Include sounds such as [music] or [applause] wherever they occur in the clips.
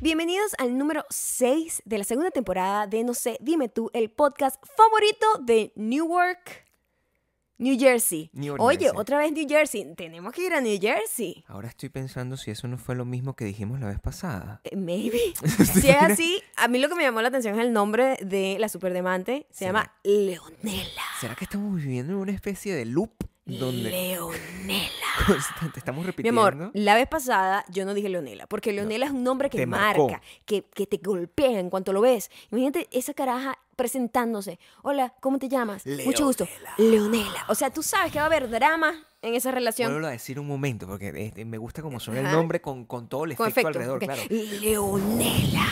Bienvenidos al número 6 de la segunda temporada de No sé, dime tú, el podcast favorito de Newark, New Jersey. New Oye, Jersey. otra vez New Jersey. Tenemos que ir a New Jersey. Ahora estoy pensando si eso no fue lo mismo que dijimos la vez pasada. Eh, [laughs] Maybe. Si es así, a mí lo que me llamó la atención es el nombre de la superdemante. Se Sí. llama Leonela. ¿Será que estamos viviendo en una especie de loop donde Leonela. constante estamos Mi repitiendo? amor, la vez pasada yo no dije Leonela, porque Leonela es un nombre que Te marca, marcó. que, que te golpea en cuanto lo ves. Imagínate esa caraja presentándose. Hola, ¿cómo te llamas? Mucho gusto. Leonela. O sea, tú sabes que va a haber drama en esa relación. Vuelvo a decir un momento porque este, me gusta como suena Ajá. el nombre con, con todo el efecto, con efecto. alrededor, ok. claro. Leonela.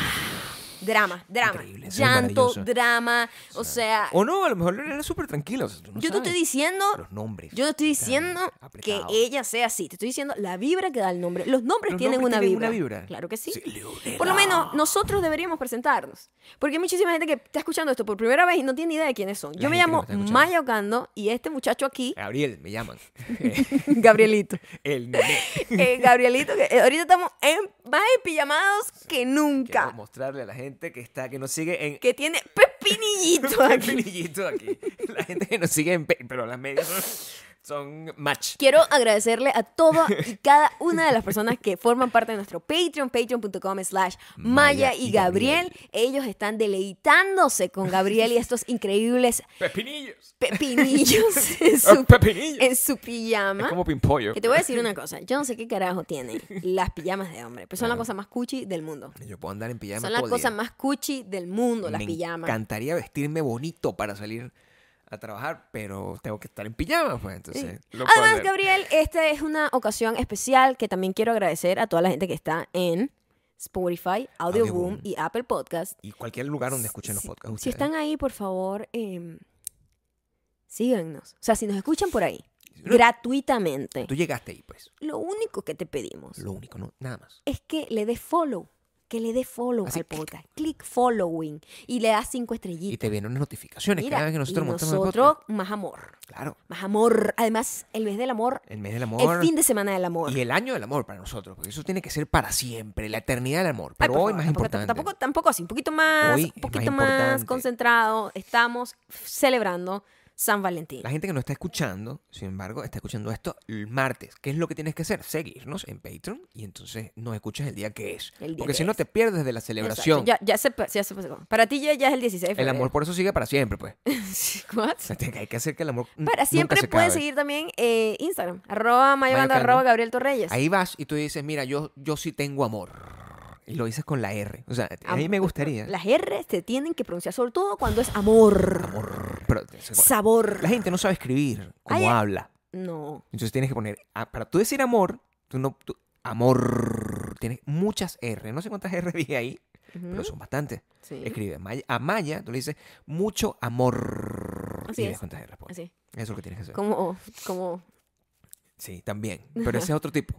Drama, drama. Increíble, eso es Llanto, maravilloso. drama. O sea, O no, a lo mejor era súper tranquilo. o sea, tú no Ah. yo te sabes. estoy diciendo los nombres. Yo no estoy tan diciendo que apretados. ella sea así, te estoy diciendo la vibra que da el nombre. Los nombres Los tienen, nombres una, tienen vibra. una vibra. Claro que sí. Sí, Leonela. por lo menos nosotros deberíamos presentarnos. Porque hay muchísima gente que está escuchando esto por primera vez y no tiene idea de quiénes son. Yo La me gente que llamo nos está escuchando. Maya Ocando y este muchacho aquí, [laughs] [laughs] Gabriel, me llaman. Gabrielito. el nene. Eh, Gabrielito, que eh, ahorita estamos en, más pijamados que Quiero nunca. mostrarle a la gente que está, que nos sigue en [laughs] Que tiene pepinillito el aquí. pinillito aquí. La gente que nos sigue en pe- pero las medias son, son match. Quiero agradecerle a toda y cada una de las personas que forman parte de nuestro Patreon, patreon.com slash Maya y Gabriel. Ellos están deleitándose con Gabriel y estos increíbles Pepinillos. [laughs] pepinillos en Ah, su, Pepinillos. en su Es pijama. como pimpollo. ¿Ah? Que te voy a decir una cosa, yo no sé qué carajo tienen las pijamas de hombre, pero son la cosa más cuchi del mundo. Yo puedo andar en pijama Son la todo el cosa día. más cuchi del mundo, las Me pijamas. encantaría vestirme bonito para salir a trabajar, pero tengo que estar en pijama, pues entonces. lo puedo Además, hacer. Gabriel, esta es una ocasión especial que también quiero agradecer a toda la gente que está en Spotify, Audio, Audio Boom, Boom. y Apple Podcast. Y cualquier lugar donde escuchen los Si- podcasts. Si ustedes. están ahí, por favor, em, síganos. O sea, si nos escuchan por ahí, No, gratuitamente, Tú llegaste ahí, pues. lo único que te pedimos Lo único, ¿no? Nada más. es que le des follow. Que le des follow Así, al clic. podcast. Click following. Y le das cinco Y estrellitas. te vienen unas notificaciones Mira, cada vez que y nosotros montamos el nosotros, podcast. más amor. Claro. Más amor. Además, el mes del amor, El mes del amor. el fin de semana del amor. Y el año del amor para nosotros, porque eso tiene que ser para siempre, la eternidad del amor. Ay, Pero por hoy favor, más tampoco, importante. Tampoco, tampoco así, un poquito más, Hoy es un más poquito más, importante. concentrado. Estamos celebrando San Valentín. La gente que no está escuchando, sin embargo, está escuchando esto el martes. ¿Qué es lo que tienes que hacer? Seguirnos en Patreon y entonces nos escuchas el día que es. El día Porque que si no es. te pierdes de la Exacto, celebración. Ya, ya se, pa- ya se pasó. Para ti ya, ya es el 16 de el febrero. [laughs] amor por eso sigue para siempre, pues. What? O sea, [laughs] te- hay que hacer que el amor. n- Para nunca siempre se puedes acabe. seguir también eh, Instagram, arroba mayocando, Mayocando. arroba Gabriel Torreyes. Ahí vas y tú dices, mira, yo, yo sí tengo amor. Y lo dices con la R. O sea, a mí Am- me gustaría. Las R se tienen que pronunciar, sobre todo cuando es amor, Amor. Pero, sabor. la gente no sabe escribir como Ay, eh. ay. habla. No. Entonces tienes que poner, ah, para tú decir amor, tú no, tú- amor, tienes muchas R. No sé cuántas R [laughs] dije ahí, Ujú, pero son bastantes. sí. Escribe Maya- a Maya, tú le dices mucho amor. Así y es. ves cuántas R pones. Así, Eso es lo que tienes que hacer. como, como, Sí, también. [laughs] Pero ese es otro tipo.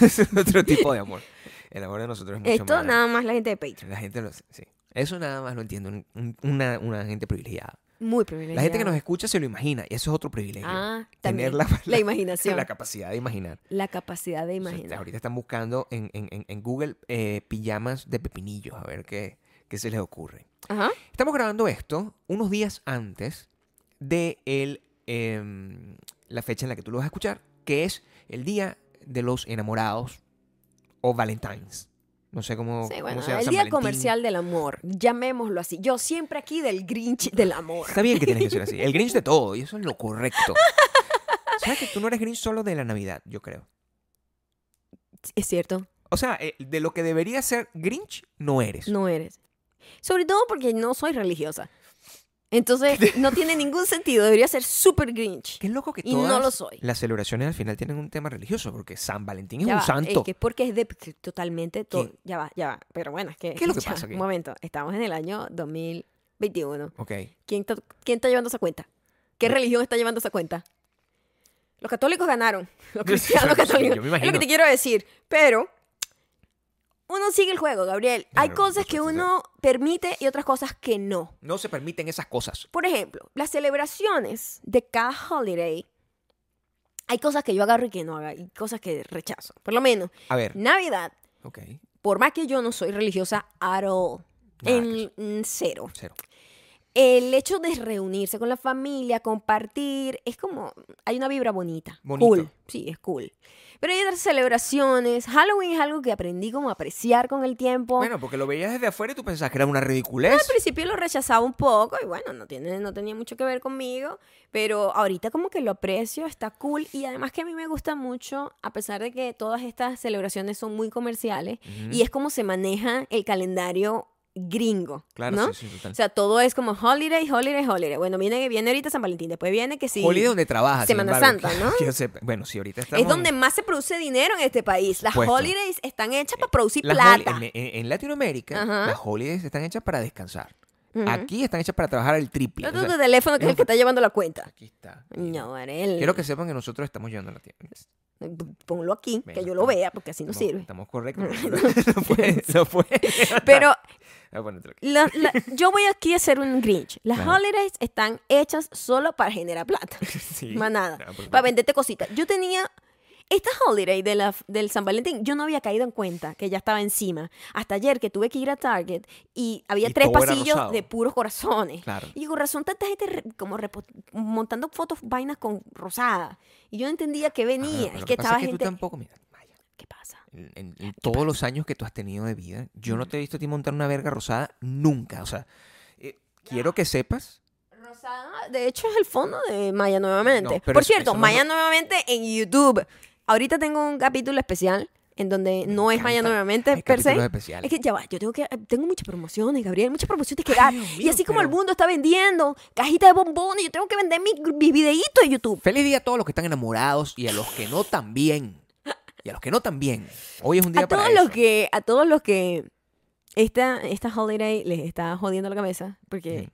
ese es otro tipo de amor. El amor de nosotros es mucho esto más. nada más la gente de Patreon. La gente lo sí. Eso nada más lo entiendo. un- un- Una, una gente privilegiada. Muy La privilegiada. gente que nos escucha se lo imagina y eso es otro privilegio. Ah, Tener también. la, la imaginación. [laughs] la capacidad de imaginar. la capacidad de O sea, imaginar. ahorita están buscando en, en- en- en Google eh, pijamas de pepinillos, a ver qué, qué se les ocurre. Ajá. Estamos grabando esto unos días antes de el, em, la fecha en la que tú lo vas a escuchar, que es el Día de los Enamorados o Valentines. No sé cómo, Sí, cómo bueno, se llama, el San día Valentín. comercial del amor, llamémoslo así. Yo siempre aquí del Grinch del amor. Está bien que tienes que ser así. El Grinch de todo, y eso es lo correcto. ¿Sabes que tú no eres Grinch solo de la Navidad, yo creo? [laughs] Es cierto, O sea, eh, de lo que debería ser Grinch, no eres. no eres. Sobre todo porque no soy religiosa. Entonces, [laughs] no tiene ningún sentido. Debería ser súper Grinch. Qué loco que Y no todas lo soy. Las celebraciones al final tienen un tema religioso, porque San Valentín es Ya un va, santo. Es que porque es de que totalmente todo. ¿Qué? Ya va, ya va. Pero bueno, es que. ¿Qué es lo [laughs] que ya va, pasa aquí? Un momento. Estamos en el año 2021. Ok. ¿Quién, ta- quién está llevando esa cuenta? ¿Qué Yo- religión está llevando esa cuenta? Los católicos ganaron. [laughs] Los Yo- cristianos yo me católicos. Es lo que imagino. te quiero decir. Pero uno sigue el juego, Gabriel. Hay Claro, cosas que por supuesto. uno permite y otras cosas que no. No se permiten esas cosas. Por ejemplo, las celebraciones de cada holiday. Hay cosas que yo agarro y que no haga, y cosas que rechazo. Por lo menos, A ver, Navidad, ok. por más que yo no soy religiosa at all, Nada en- que eso. en cero. Cero. El hecho de reunirse con la familia, compartir, es como, hay una vibra bonita. Bonito. Cool. Sí, es cool. Pero hay otras celebraciones. Halloween es algo que aprendí como a apreciar con el tiempo. Bueno, porque lo veías desde afuera y tú pensabas que era una ridiculez. Al principio lo rechazaba un poco y bueno, no, tiene, no tenía mucho que ver conmigo, pero ahorita como que lo aprecio, está cool y además que a mí me gusta mucho, a pesar de que todas estas celebraciones son muy comerciales Ujú. y es como se maneja el calendario gringo, Claro, ¿no? sí, sí, total. O sea, todo es como holiday, holiday, holiday. Bueno, viene, viene ahorita San Valentín, después viene que sí. Holiday donde trabajas. sin Semana embargo, Santa, ¿no? que [laughs] yo sepa. Bueno, sí, ahorita estamos... Es donde más se produce dinero en este país. Las Supuesto. Eh, holidays están hechas para producir Las holi- plata. En, en- en Latinoamérica, Ajá. las holidays están hechas para descansar. Ujú. Aquí están hechas para trabajar el triple. Pero o tú sea, tu teléfono que es el que está llevando la cuenta. Aquí está. No, Ariel. Quiero que sepan que nosotros estamos llevando la tienda. P- Ponlo aquí, que Bueno, yo lo está. vea, porque así no Estamos- sirve. [laughs] Estamos correctos. [laughs] no puede. No puede. [laughs] Ah, Pero Voy a ponértelo aquí. la- la- yo voy aquí a hacer un Grinch. Las Claro. holidays están hechas solo para generar plata, [laughs] Sí. más nada, No, pues, por supuesto. para venderte cositas. Yo tenía esta holiday de la, del San Valentín, yo no había caído en cuenta que ya estaba encima. Hasta ayer que tuve que ir a Target y había Y tres todo era pasillos rosado. de puros corazones. Claro. Y con razón tanta gente re- como repo- montando fotos, vainas con rosada. Y yo no entendía qué Ajá, venía. Ah, pero es lo que pasa estaba es que gente... Tú tampoco, mira, vaya, ¿Qué pasa? en, en- en todos los años que tú has tenido de vida, yo no te he visto a ti montar una verga rosada nunca. O sea, eh, quiero que sepas. Rosada, de hecho, es el fondo de Maya Nuevamente. No, pero Por eso- cierto, eso no Maya lo- Nuevamente en YouTube. Ahorita tengo un capítulo especial en donde me no es Maya encanta. Nuevamente Hay per se. capítulos especiales. Es que ya va, yo tengo que eh, tengo muchas promociones, Gabriel, muchas promociones que dar. Dios y mío, así como el pero- mundo está vendiendo cajitas de bombones, yo tengo que vender mi- mis videitos de YouTube. Feliz día a todos los que están enamorados y a los que no también. Y a los que no también. Hoy es un día A para todos los eso. que a todos los que esta esta holiday les está jodiendo la cabeza, porque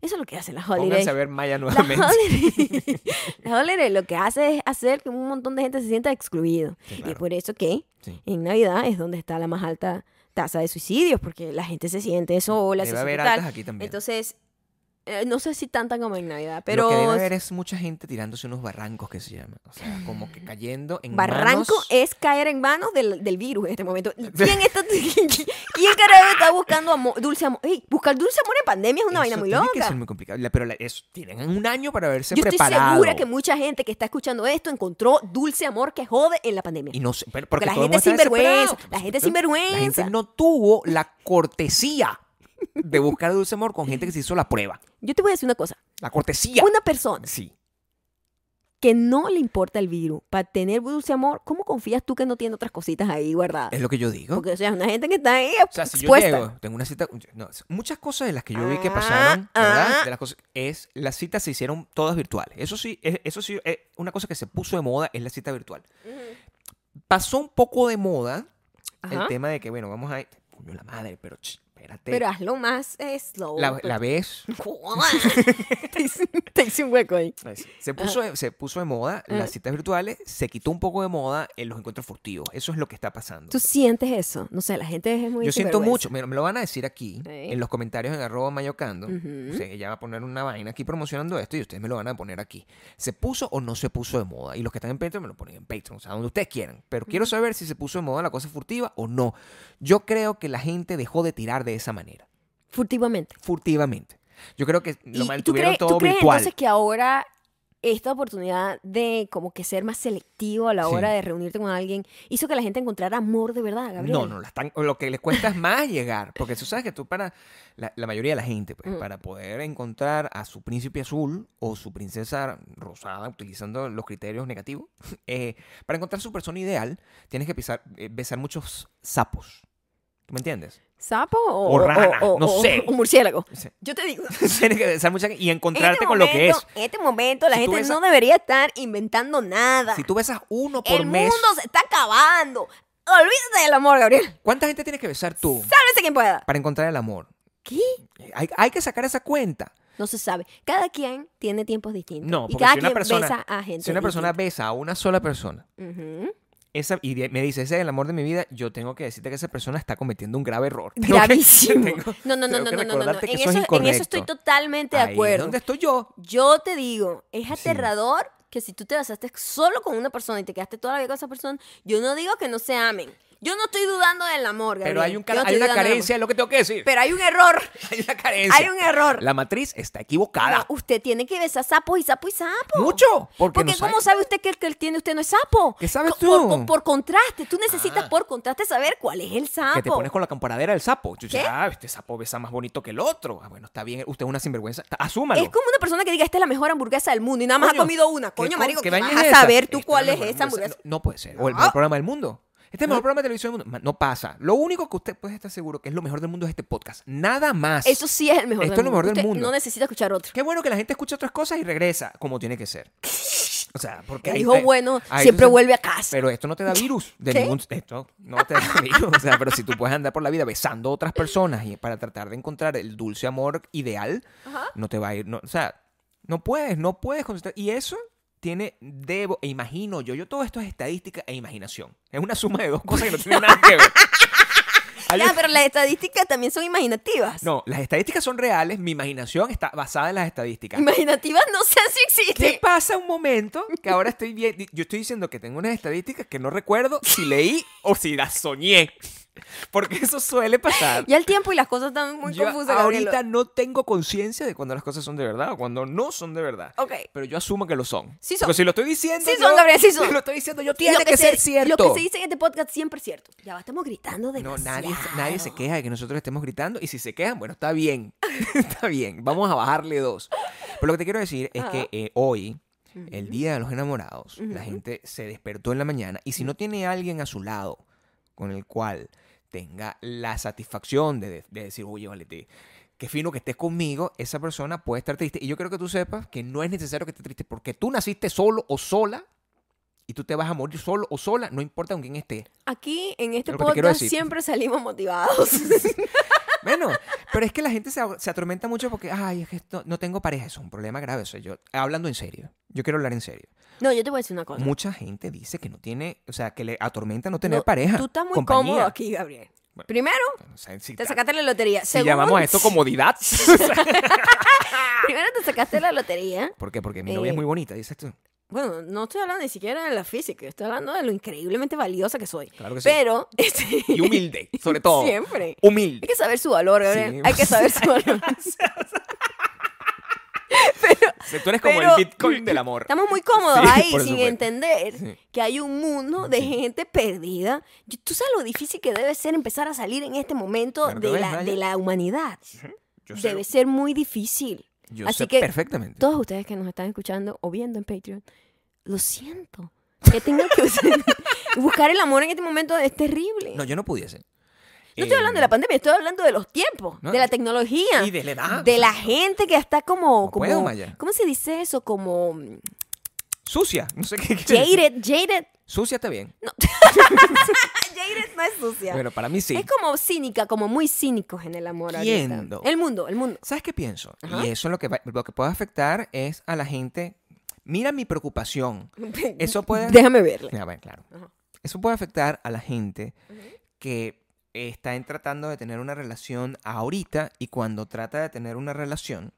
eso es lo que hacen [laughs] las holidays. Pónganse a ver Maya La [laughs] nuevamente. holiday, la holiday lo que hace es hacer que un montón de gente se sienta excluido. Y Sí, pues, es claro. por eso que Sí. en Navidad es donde está la más alta tasa de suicidios, porque la gente se siente sola, se Debe haber siente altas tal. aquí también. Entonces, eh, no sé si tanta como en Navidad, Lo que debe pero haber es mucha gente tirándose unos barrancos que se llaman. O sea, como [sighs] que cayendo en barranco manos- es caer en manos del, del virus en este [laughs] momento. ¿Quién está, [laughs] quién carajo está buscando amor, dulce amor? Ey, buscar dulce amor en pandemia es una vaina Eso muy tiene loca. que ser muy complicado. La- Pero la- eso, tienen un año para haberse Yo preparado. estoy segura que mucha gente que está escuchando esto encontró dulce amor que jode en la pandemia. Y no sé, pero- Porque porque la todo el gente es mundo está sinvergüenza, desesperado. la gente es La sinvergüenza. gente no tuvo la cortesía de buscar dulce amor con gente que se hizo la prueba. Yo te voy a decir una cosa. La cortesía. Una persona Sí. que no le importa el virus para tener dulce amor, ¿cómo confías tú que no tiene otras cositas ahí guardadas? Es lo que yo digo. Porque, o sea, es una gente que está ahí o sea, si yo expuesta. llego, tengo una cita. no, muchas cosas de las que yo vi que Ah, pasaron, ¿verdad? ah. De las cosas. Es las citas se hicieron todas virtuales. Eso sí, es- eso sí, es una cosa que se puso de moda es la cita virtual. Pasó un poco de moda Ajá. el tema de que, bueno, vamos a. Coño, la madre, pero ch, espérate. Pero hazlo más eh, slow. [laughs] la, la ves. te, [laughs] hice, te hice un hueco ahí. Se puso, de, se puso de moda Ajá. las citas virtuales, se quitó un poco de moda en los encuentros furtivos. Eso es lo que está pasando. Tú sientes eso. No sé, la gente es muy Yo siento sinvergüenza. mucho, me, me lo van a decir aquí, Sí. en los comentarios en arroba mayocando. Ujú. O sea, ella va a poner una vaina aquí promocionando esto y ustedes me lo van a poner aquí. ¿Se puso o no se puso de moda? Y los que están en Patreon me lo ponen en Patreon, o sea, donde ustedes quieran. Pero quiero saber si se puso de moda la cosa furtiva o no. Yo creo que la gente dejó de tirar de esa manera, Furtivamente. furtivamente. Yo creo que lo ¿Y tú mantuvieron crees, todo tú crees virtual. entonces que ahora esta oportunidad de como que ser más selectivo a la Sí. hora de reunirte con alguien hizo que la gente encontrara amor de verdad, Gabriel? No, no, la están- lo que les cuesta es más llegar, porque tú sabes que tú para la, la mayoría de la gente, pues, Mm. para poder encontrar a su príncipe azul o su princesa rosada, utilizando los criterios negativos, [laughs] eh, para encontrar su persona ideal, tienes que pisar, eh, besar muchos sapos. ¿Tú me entiendes? [laughs] ¿Sapo o, O rana, o- o- no o- sé. o murciélago? Sí. Yo te digo. tienes que besar muchas y En encontrarte este, con momento, lo que es. en este momento la Si tú gente ves a- no debería estar inventando nada. Si tú besas uno por El mes, mundo se está acabando. Olvídate del amor, Gabriel. ¿cuánta gente tienes que besar tú Sálvese quien pueda. para encontrar el amor? ¿Qué? Hay, hay que sacar esa cuenta. No se sabe. Cada quien tiene tiempos distintos. No, y porque cada si una quien persona, besa a gente. si una persona besa a una sola persona, distinta. Ujú. esa, y de- me dice, ese es el amor de mi vida, yo tengo que decirte que esa persona está cometiendo un grave error. [laughs] [laughs] Tengo que- Gravísimo. tengo- no, no, no, tengo no, que no, no, no. recordarte En, que eso, eso es en eso incorrecto. estoy totalmente de Ahí es acuerdo. donde estoy yo? Yo te digo, es aterrador que si tú te basaste solo con una persona y te quedaste toda la vida con esa persona, yo no digo que no se amen. Yo no estoy dudando del amor, Pero Gabriel. hay, un ca- Yo no hay estoy dudando una del amor. carencia, es lo que tengo que decir. Pero hay un error. [laughs] hay una carencia. Hay un error. La matriz está No, equivocada. usted tiene que besar sapos y sapo y sapo. Mucho. Porque, Porque no sabe- ¿cómo sabe usted que el que él tiene usted no es sapo? ¿Qué sabes Co- por- tú? Por, por contraste. Tú necesitas Ah. por contraste saber cuál es el sapo. Que te pones con la comparadera del sapo. Yo, ¿Qué? ah, este sapo besa más bonito que el otro. Ah, bueno, está bien. Usted es una sinvergüenza. Ta- Asúmalo. Es como una persona que diga, esta es la mejor hamburguesa del mundo y nada más Coño, ha comido una. ¿qué Coño, co- marico, ¿qué qué vaina vas a esa? saber tú Esta cuál la es mejor esa hamburguesa? No, no puede ser. O el No. mejor programa del mundo. Este es el No. mejor programa de televisión del mundo. Ma- No pasa. Lo único que usted puede estar seguro que es lo mejor del mundo es este podcast. Nada más. Eso sí es el mejor Esto del es lo mejor mundo. del Usted mundo. No necesita escuchar otro. Qué bueno que la gente escucha otras cosas y regresa como tiene que ser. O sea, porque El hay- hijo hay- bueno hay- siempre entonces- vuelve a casa. Pero esto no te da virus de ¿Qué? ningún esto no te da [laughs] virus, o sea, pero si tú puedes andar por la vida besando a otras personas y para tratar de encontrar el dulce amor ideal, Ajá. no te va a ir, no, o sea, no puedes, no puedes concentrar- y eso tiene debo e imagino yo, yo todo esto es estadística e imaginación. Es una suma de dos cosas que no tienen nada que ver. [laughs] Hay Ya, un- pero las estadísticas también son imaginativas. No, las estadísticas son reales, mi imaginación está basada en las estadísticas. Imaginativas no sé si ¿Qué existen. pasa un momento que ahora estoy bien? Yo estoy diciendo que tengo unas estadísticas que no recuerdo si leí o si las soñé. Porque eso suele pasar. [laughs] Ya el tiempo y las cosas están muy Yo confusas. ahorita Gabriela. no tengo conciencia de cuando las cosas son de verdad o cuando no son de verdad. Ok. Pero yo asumo que lo son. Sí son. Porque si lo estoy diciendo. Sí yo- son, Gabriel, sí son. si lo estoy diciendo yo, tiene Lo que, ser se- cierto. Lo que se dice en este podcast siempre es cierto. Ya va, estamos gritando de no, nadie, nadie se queja de que nosotros estemos gritando. Y si se quejan, bueno, está bien. [laughs] está bien. Vamos a bajarle dos. Pero lo que te quiero decir es Ajá. que eh, hoy, el Día de los Enamorados, la gente se despertó en la mañana. Y si no tiene alguien a su lado con el cual tenga la satisfacción de, de decir, oye, vale, te- Qué fino que estés conmigo, esa persona puede estar triste. Y yo creo que tú sepas que no es necesario que estés triste porque tú naciste solo o sola y tú te vas a morir solo o sola, no importa con quién estés. Aquí en este Lo que te quiero podcast decir. siempre salimos motivados. [laughs] Bueno, pero es que la gente se, se atormenta mucho porque, ay, es que no, no tengo pareja, eso es un problema grave. O sea, yo, hablando en serio, yo quiero hablar en serio. no, yo te voy a decir una cosa. Mucha gente dice que no tiene, o sea, que le atormenta no tener No, pareja. Tú estás muy compañía. cómodo aquí, Gabriel. Bueno. Primero, O sea, si, te sacaste la lotería. si Segundo, llamamos a [laughs] esto comodidad. O sea, Primero te sacaste la lotería. [laughs] ¿Por qué? Porque mi Eh, novia es muy bonita, dices tú. Bueno, no estoy hablando ni siquiera de la física, estoy hablando de lo increíblemente valiosa que soy. Claro que sí. Pero, [laughs] este, Y humilde, [laughs] sobre todo. siempre. Hay Humilde. que saber su valor, Gabriel. Sí. Hay que saber [laughs] su valor. O sea, tú eres como Pero- el [laughs] Bitcoin del amor. Estamos muy cómodos [laughs] Sí, ahí por sin supuesto. entender Sí. que hay un mundo de gente perdida. Yo- Tú sabes lo difícil que debe ser empezar a salir en este momento Claro que de, ves, la, Maya. de la humanidad. Yo sé, Debe ser muy difícil. yo así sé que- perfectamente. Todos ustedes que nos están escuchando o viendo en Patreon, lo siento. Que tengan que [laughs] buscar el amor en este momento es terrible. No, yo no pudiese. No estoy hablando de la pandemia, estoy hablando de los tiempos, no, de la y- tecnología, Y de la edad. de la gente que está como, No como puedo, Maya. ¿cómo se dice eso? Como mm, Sucia. No sé [laughs] qué. quiere decir. jaded, jaded. Sucia está bien. Jaded no es sucia. Bueno, para mí sí. Es como cínica, como muy cínicos en el amor ¿Quién? ahorita. El mundo, el mundo. ¿Sabes qué pienso? Ajá. Y eso lo que, va- lo que puede afectar es a la gente. Mira mi preocupación. Eso puede. Déjame verla. Ya, bueno, claro. Ajá. Eso puede afectar a la gente que está en- tratando de tener una relación ahorita y cuando trata de tener una relación,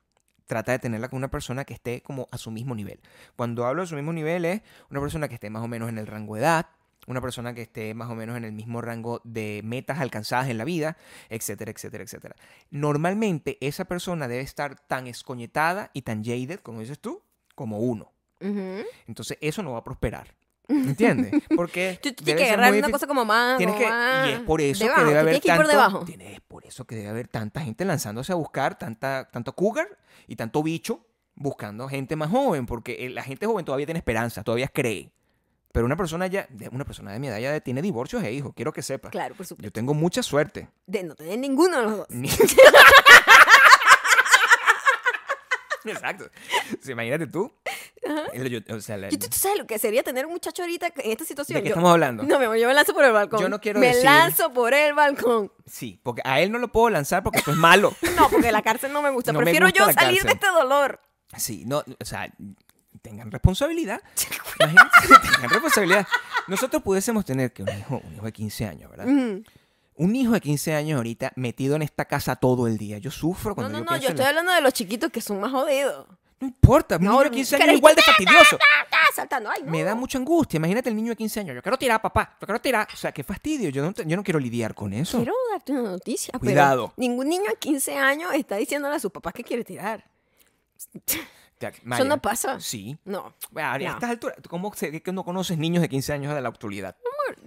trata de tenerla con una persona que esté como a su mismo nivel. Cuando hablo de su mismo nivel es una persona que esté más o menos en el rango de edad, una persona que esté más o menos en el mismo rango de metas alcanzadas en la vida, etcétera, etcétera, etcétera. Normalmente esa persona debe estar tan escoñetada y tan jaded, como dices tú, como uno. Ujú. Entonces eso no va [laughs] a prosperar. ¿Entiendes? Porque Tú, tú debe tienes que ser agarrar muy una difícil- cosa como más. Tienes que, como más y es por eso debajo, que debe tú haber tienes que ir por debajo. tanto, tienes- es por eso que debe haber tanta gente lanzándose a buscar tanta, tanto cougar y tanto bicho buscando gente más joven, porque eh, la gente joven todavía tiene esperanza, todavía cree. Pero una persona ya, de- una persona de mi edad ya tiene divorcios e hijos, quiero que sepa. Claro, por supuesto. Yo tengo [laughs] mucha suerte. De no tener ninguno de los dos. [laughs] Ni- Exacto. Sí, imagínate tú. El- yo- o sea, la- Yo- ¿Tú, tú sabes lo que sería tener un muchacho ahorita en esta situación? ¿De qué Yo- estamos hablando? No, mi amor, yo me lanzo por el balcón. Yo no quiero me decir- lanzo por el balcón. Sí, porque a él no lo puedo lanzar porque eso es malo. No, porque la cárcel no me gusta. No me Prefiero gusta yo la salir de cárcel. este dolor. Sí, no, o sea, tengan responsabilidad. Imagínate, [laughs] tengan responsabilidad. Nosotros pudiésemos tener que un hijo, un hijo de 15 años, ¿verdad? Mm. Un hijo de 15 años ahorita metido en esta casa todo el día. Yo sufro No, cuando no, yo no, pienso yo en estoy la- hablando de los chiquitos que son más jodidos. No importa, un No, niño de 15 años pero- es igual de fastidioso. ah, saltando. Ay, no. Me da mucha angustia. Imagínate el niño de 15 años. Yo quiero tirar, papá. Yo quiero tirar. O sea, qué fastidio. Yo no, te- yo no quiero lidiar con eso. Quiero darte una noticia. pero Cuidado. ningún niño de 15 años está diciéndole a sus papás que quiere tirar. Ya, Maya, no pasa. Sí. No. Bueno, a No. estas alturas, ¿cómo se, que no conoces niños de 15 años de la actualidad?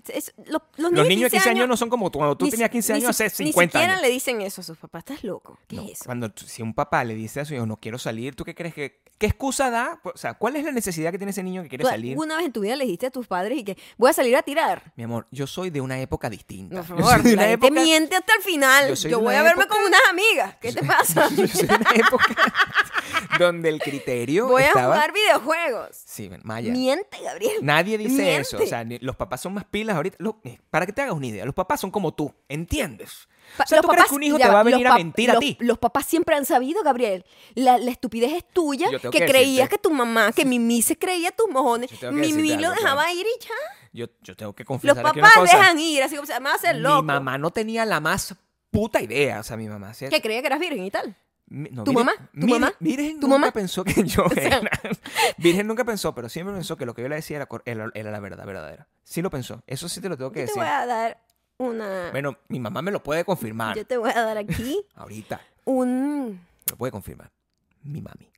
Es- lo- los, Los niños de 15 años no son como tú. Cuando tú ni si- tenías 15 ni años, si- hace 50 Ni siquiera años. le dicen eso a sus papás. ¿Estás loco? ¿Qué No, es eso? Cuando tú- si un papá le dice eso, yo no quiero salir, ¿tú qué crees que qué excusa da? Pues, O sea, ¿cuál es la necesidad que tiene ese niño que quiere ¿Tú salir? alguna vez en tu vida le dijiste a tus padres y que voy a salir a tirar? Mi amor, yo soy de una época distinta. No, Yo [laughs] por favor. soy de la una gente época- miente hasta el final. Yo Yo, soy de voy una a verme época- con unas amigas. [laughs] ¿Qué te pasa? yo soy de una época [laughs] donde el criterio voy a estaba jugar videojuegos. Sí, bueno, Maya. Miente, Gabriel. Nadie dice Miente. eso, o sea, ni- los papás son más pilas ahorita. Lo- eh, para que te hagas una idea, los papás son como tú, ¿entiendes? Pa- O sea, los ¿tú crees papás- que un hijo ya te va, va a los venir a pap- mentir a los- ti? Los papás siempre han sabido, Gabriel. La, la estupidez es tuya, Yo tengo que, que creías decirte- que tu mamá, que Mimi se creía tus mojones. Yo tengo que Mimi decirte lo algo, dejaba ir y ya. Yo, yo tengo que Los confesar aquí una papás cosa. dejan ir, así como se me va a hacer loco. Mi mamá no tenía la más puta idea, o sea, mi mamá. se- Que creía que eras virgen y tal. Mi- no, ¿Tu Virgen- mamá? ¿Tu Virgen- mamá? Virgen ¿Tu nunca mamá? [laughs] pensó que yo sea- era. [laughs] Virgen nunca pensó, pero siempre pensó que lo que yo le decía era, cor- era, era la verdad, verdadera. Sí lo pensó. Eso sí te lo tengo que Yo te decir. voy a dar una. Bueno, mi mamá me lo puede confirmar. yo te voy a dar aquí Ahorita. un, Me lo puede confirmar. Mi mami.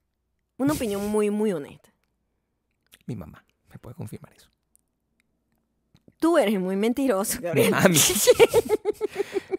una opinión muy, muy honesta. Mi mamá. Me puede confirmar eso. Tú eres muy mentiroso, Mi Gabriel. [laughs] mami.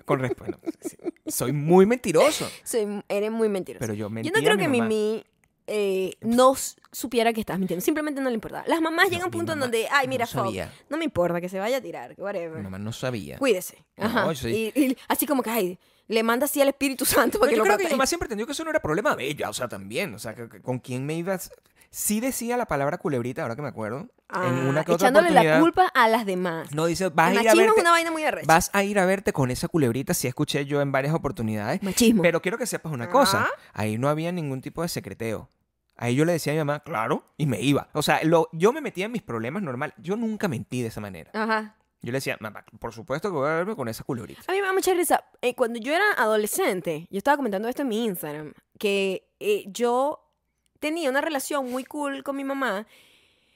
Con respeto. Bueno, sí. Soy muy [laughs] mentiroso. Soy- eres muy mentiroso. Pero yo mentí Yo no creo a mi que mamá. Mimi eh, no s- supiera que estabas mintiendo. Simplemente no le importaba. Las mamás No, llegan a un mi punto en mamá donde, ay, no mira, fuck, sabía. no me importa que se vaya a tirar, Mi whatever. mamá no [laughs] sabía. Cuídese. No, Ajá. yo soy- y, y así como que, ay, le manda así al Espíritu [laughs] Santo para que Pero Pues yo lo creo que mi proteja. mamá siempre entendió que eso no era problema de ella, o sea, también, o sea, que- que con quién me ibas... Sí decía la palabra culebrita, ahora que me acuerdo, en Ah, una que otra echándole la oportunidad. culpa a las demás. No dice, vas El a ir a machismo es verte, una vaina muy arrecha. vas a ir a verte con esa culebrita, sí escuché yo en varias oportunidades. Machismo. Ah. Pero quiero que sepas una Ajá. cosa, ahí no había ningún tipo de secreteo. Ahí yo le decía a mi mamá, claro, y me iba. O sea, lo- yo me metía en mis problemas normal. Yo nunca mentí de esa manera. Ajá. Yo le decía, mamá, por supuesto que voy a verme con [laughs] esa culebrita. A mí me da mucha risa. Eh, cuando yo era adolescente, yo estaba comentando esto en mi Instagram, que eh, yo tenía una relación muy cool con mi mamá,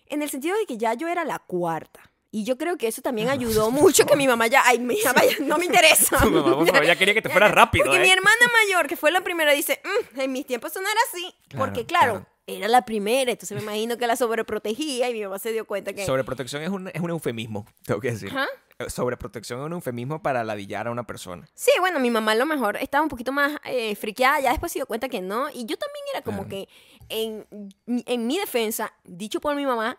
en el sentido de que ya yo era la cuarta. Y yo creo que eso también ayudó mucho que mi mamá ya, ay, mi mamá ya no me interesa. [laughs] Tu mamá, por favor, ya quería que te fueras rápido, Porque ¿eh? mi hermana mayor, que fue la primera, dice, "Mm, en mis tiempos no era así. Claro, porque claro, claro. era la primera, entonces me imagino que la sobreprotegía y mi mamá se dio cuenta que... Sobreprotección es un, es un eufemismo, [laughs] tengo que decir. Ajá. Eh, Sobreprotección es un eufemismo para ladillar a una persona. Sí, bueno, mi mamá a lo mejor estaba un poquito más eh, friqueada, ya después se dio cuenta que no. Y yo también era como Claro. que, en, en mi defensa, dicho por mi mamá,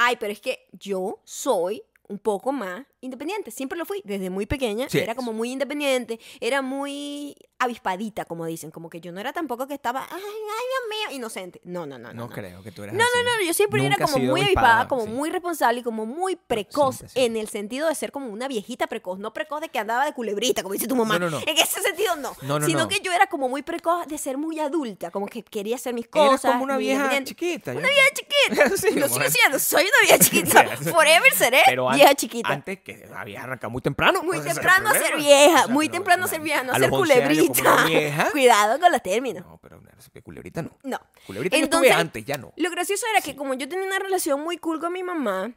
ay, pero es que yo soy un poco más independiente. Siempre lo fui, desde muy pequeña. Sí, era es. como muy independiente, era muy avispadita, como dicen. Como que yo no era tampoco que estaba, ay, ay, Dios mío, inocente. No, no, Ah, no. No, no. creo que tú eras No, así. no, no, yo siempre Nunca era has como sido muy avispada, avispada, como sí. muy responsable y como muy precoz siempre, sí. en el sentido de ser como una viejita precoz, no precoz de que andaba de culebrita, como dice tu mamá. No, no, no. En ese sentido no, No, no, sino no. que yo era como muy precoz de ser muy adulta, como que quería hacer mis Eras cosas. como una muy vieja independiente. chiquita. ya. Una vieja chiquita. [laughs] Sí, lo sigo bueno. siendo, soy una vieja chiquita. [laughs] Sí, sí. Forever seré Pero an- vieja chiquita. Antes que la vieja arranca muy temprano. muy pues, ese es el temprano a ser problema. vieja, O sea, muy no, temprano a no, ser vieja, no a a ser los 11 años como culebrita. una vieja. [laughs] Cuidado con los términos. No, pero una culebrita no. No. Culebrita yo Entonces- estuve antes, ya no. Lo gracioso era que como yo tenía una relación muy cool con mi mamá,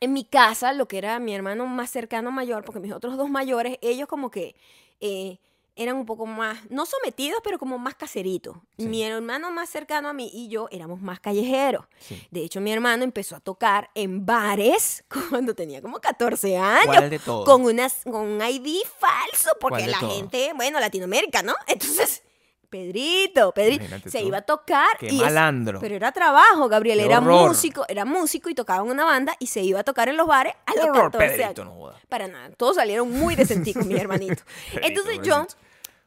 en mi casa, lo que era mi hermano más cercano mayor, porque mis otros dos mayores, ellos como que eh, eran un poco más, no sometidos, pero como más caseritos. Sí. Mi hermano más cercano a mí y yo éramos más callejeros. Sí. De hecho, mi hermano empezó a tocar en bares [laughs] cuando tenía como 14 años. ¿Cuál de todos? Con, unas, con un ID falso, porque ¿Cuál de la todos? gente, bueno, Latinoamérica, ¿no? [laughs] Entonces, Pedrito, Pedrito, Imagínate se tú. iba a tocar. Qué y es- malandro. pero era trabajo, Gabriel. Qué era horror. músico, era músico y tocaba en una banda y se iba a tocar en los bares a los Horror, 14 años. Pedrito, no joda. Para nada. Todos salieron muy decenticos, [laughs] mi hermanito. Entonces yo, pobrecito.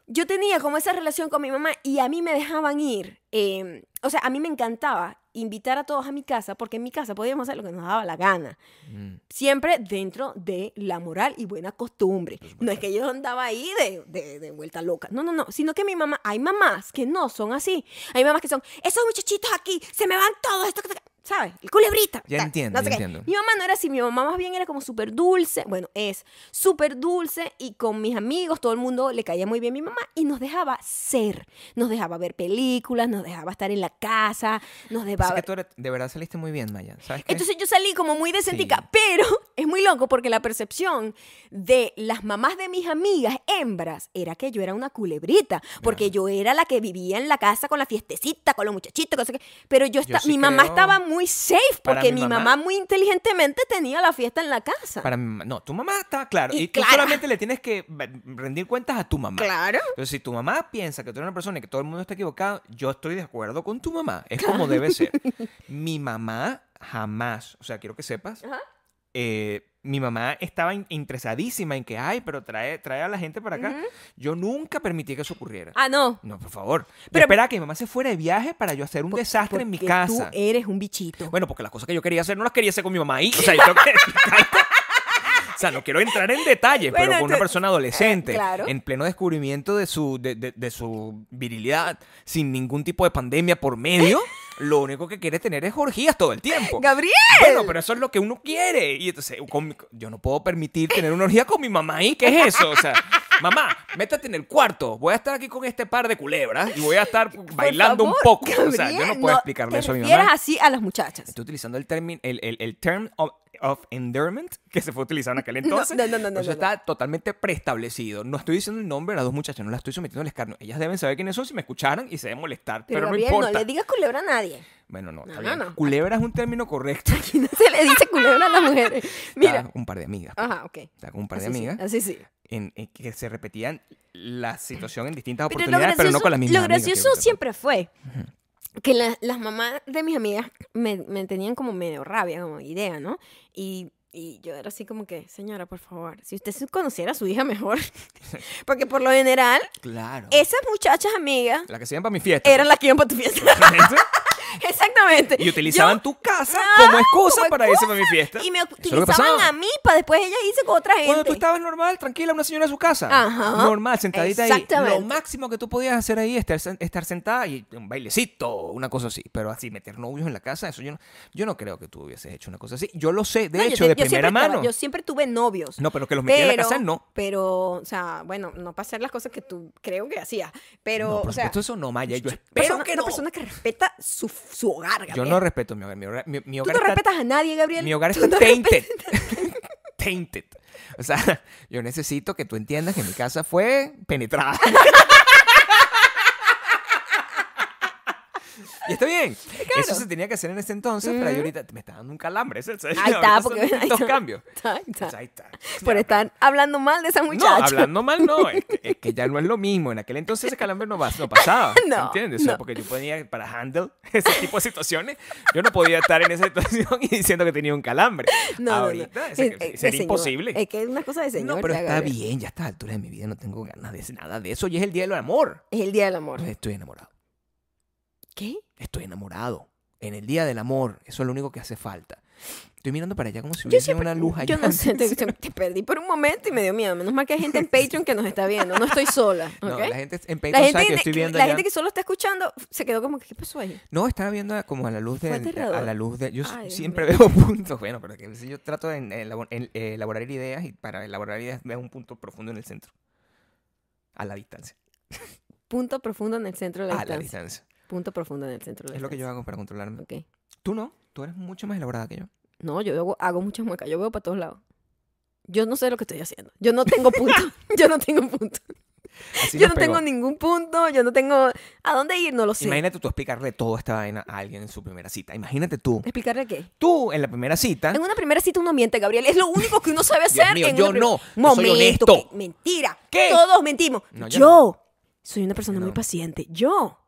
yo tenía como esa relación con mi mamá y a mí me dejaban ir. eh, o sea, a mí me encantaba invitar a todos a mi casa porque en mi casa podíamos hacer lo que nos daba la gana. Mm. Siempre dentro de la moral y buena costumbre. No es que yo andaba ahí de, de- de vuelta loca. No, no, no. Sino que mi mamá, hay mamás que no son así. Hay mamás que son, esos muchachitos aquí, se me van todos. esto, esto, esto". ¿sabes? El culebrita. Ya tal, entiendo, no sé ya qué. entiendo. Mi mamá no era así, mi mamá más bien era como súper dulce, bueno, es súper dulce y con mis amigos, todo el mundo le caía muy bien mi mamá y nos dejaba ser, nos dejaba ver películas, nos dejaba estar en la casa, nos Así dejaba... que tú eres- de verdad saliste muy bien, Maya. ¿Sabes qué? Entonces yo salí como muy decentica, Sí. pero [laughs] es muy loco porque la percepción de las mamás de mis amigas hembras era que yo era una culebrita, porque yo era la que vivía en la casa con la fiestecita, con los muchachitos, cosas que... pero yo, Yo esta- sí mi mamá creo- estaba muy safe Para porque mi mi mamá- mamá, muy inteligentemente tenía la fiesta en la casa. Para mi mamá. No, tu mamá está claro. Y, Y tú Clara. solamente le tienes que b- rendir cuentas a tu mamá. Claro. Entonces, si tu mamá piensa que tú eres una persona y que todo el mundo está equivocado, yo estoy de acuerdo con tu mamá. Es como [laughs] debe ser. Mi mamá jamás, o sea, quiero que sepas, Ajá. eh, mi mamá estaba in- interesadísima en que, ay, pero trae, trae a la gente para acá. Yo nunca permití que eso ocurriera. Ah, no. No, por favor. Pero Pero- espera que mi mamá se fuera de viaje para yo hacer un Por- desastre en mi porque casa. Tú eres un bichito. Bueno, porque las cosas que yo quería hacer no las quería hacer con mi mamá ahí. [laughs] O sea, yo tengo que explicarte. O sea, no quiero entrar en detalles, pero Bueno, con una tú- persona adolescente, Eh, claro. en pleno descubrimiento de su, de, de- de su virilidad, sin ningún tipo de pandemia [laughs] por medio, lo único que quiere tener es orgías todo el tiempo. Gabriel. Bueno, pero eso es lo que uno quiere. Y entonces, con mi- yo no puedo permitir tener una orgía con mi mamá ahí. ¿Qué es eso? O sea, mamá, métete en el cuarto. Voy a estar aquí con este par de culebras y voy a estar bailando un favor, poco. o sea, yo no Gabriel, puedo explicarle te eso a mi mamá. refieras así a las muchachas. Estoy utilizando el, término el, el, el term of, of endearment que se fue utilizando en aquel [laughs] No, entonces. no, no, no, no, Eso no. está totalmente preestablecido. No estoy diciendo el nombre de las dos muchachas, no las estoy sometiendo al escarnio. Ellas deben saber quiénes son si me escucharan y se deben molestar, pero, Pero, no Gabriel, no, importa. le digas culebra a nadie. Bueno, no, está No, bien. no, no. Culebra es un término correcto. Aquí no se le dice culebra a las [laughs] mujeres. Estaba [laughs] Mira. con un par de amigas. Ajá, ok. Estaba con un par de Así sí, Ah. amigas así sí. en, en que se repetían la situación en distintas Pero lo oportunidades, gracioso, Ah, pero no con las mismas lo amigas, gracioso quiero que sepas. siempre fue que la- las mamás de mis amigas me, me tenían como medio rabia, como idea, ¿no? Y, y yo era así como que, señora, por favor, si usted se conociera a su hija [laughs] mejor, [laughs] porque por lo general, Claro. esas muchachas amigas Las que se iban para mi fiesta. eran las que iban para tu [laughs] fiesta. [laughs] Exactamente. y utilizaban [laughs] Yo- tu casa Ah, como excusa como para irse para mi fiesta. y me Eso es lo que utilizaban pasaba. a mí para después ella irse con otra gente. Cuando tú estabas normal, tranquila, una señora en su casa. Ajá. Normal, sentadita ahí. Lo Exactamente. máximo que tú podías hacer ahí es estar, sen- estar sentada y un bailecito, una cosa así. Pero así, meter novios en la casa, eso yo no, yo no creo que tú hubieses hecho una cosa así. Yo lo sé, de No, yo hecho, te- de yo siempre primera estaba- mano. yo siempre tuve novios. No, pero que los metí en la casa, no. Pero, o sea, bueno, no para hacer las cosas que tú creo que hacías. Pero, no, por o sea, supuesto, eso no, Maya. yo- Yo espero persona- que una no. persona que respeta su, su hogar, Gabriel. Yo no respeto mi hogar. Mi hogar, mi- mi Tú hogar no está- respetas a nadie, Gabriel. Mi hogar Tú está no tainted. [laughs] respetas- [laughs] tainted. O sea, yo necesito que tú entiendas que mi casa fue penetrada. [laughs] y está bien. Eso se tenía que hacer en ese entonces, pero yo ahorita me está dando un calambre. [laughs] ¿sabes? Ahí [laughs] Ahorita está, son porque... distintos cambios. Ahí está. Pues ahí está. Por estar hablando mal de esa [laughs] muchacha. No, hablando mal no, es que, es que ya no es lo mismo. En aquel entonces ese calambre no, pas- no pasaba, [laughs] No, ¿entiendes? O sea, no. Porque yo podía, para handle [laughs] ese tipo de situaciones, yo no podía estar en esa situación [laughs] y diciendo que tenía un calambre. No, no, no. Ahorita ese- Eh, eh, de sería señor. imposible. Es que es una cosa de señor. no, pero ya, está Gabriel. bien, ya a esta altura de mi vida no tengo ganas de nada de eso y es el día del amor. Es el día del amor. Estoy enamorado, ¿Qué? estoy enamorado. En el día del amor, eso es lo único que hace falta. Estoy mirando para allá como si Yo hubiese siempre- una luz allá. Yo no sé, te, te- te perdí por un momento y me dio miedo. Menos mal que hay gente en Patreon que nos está viendo. No estoy sola. ¿ok? [laughs] No, la gente en La Patreon gente, sabe que que- estoy viendo la allá. gente que solo está escuchando se quedó como que, ¿qué pasó ahí? No, estaba viendo a- como a la luz Fue de. aterrador. A la luz de. Yo s- Ay, Dios siempre veo [laughs] puntos. Bueno, pero que a veces yo trato de en- elabo- en- eh, elaborar ideas y para elaborar ideas veo un punto profundo en el centro. A la distancia. Punto profundo en el centro de la A Ah, la distancia. distancia. Punto profundo en el centro de la Es lo que yo distancia. hago para controlarme. Ok. Tú no. Tú eres mucho más elaborada que yo. No, yo hago, hago muchas muecas. Yo veo para todos lados. Yo no sé lo que estoy haciendo. Yo no [laughs] tengo punto. [laughs] yo no tengo punto. Así yo nos no pegó. tengo ningún punto. Yo no tengo. ¿A dónde ir? No lo sé. Imagínate tú explicarle toda esta vaina a alguien en su primera cita. Imagínate tú. ¿Explicarle qué? Tú en la primera cita. En una primera cita uno miente, Gabriel. Es lo único que uno sabe ¿Ah? [laughs] Dios hacer. mío, en yo una prim- no. Yo soy Momento, honesto. que- mentira. ¿Qué? Todos mentimos. No, yo yo soy una persona Yo no. muy paciente. Yo.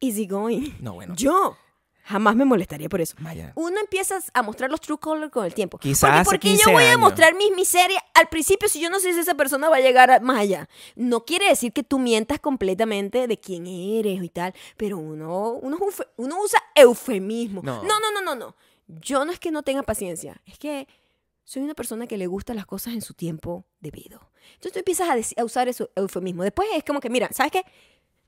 Easy going. No, bueno. Yo. Jamás me molestaría por eso. Maya. Uno empieza a mostrar los true colors con el tiempo. Quizás hace Porque, ¿por qué 15 yo voy a años. mostrar mis miserias al principio si yo no sé si esa persona va a llegar a- más allá? No quiere decir que tú mientas completamente de quién eres y tal, pero uno, uno, es un fe- uno usa eufemismo. No. No. no, no, no, no, Yo no es que no tenga paciencia, es que soy una persona que le gustan las cosas en su tiempo debido. Entonces tú empiezas a, deci- a usar eso eufemismo. Después es como que, mira, ¿sabes qué?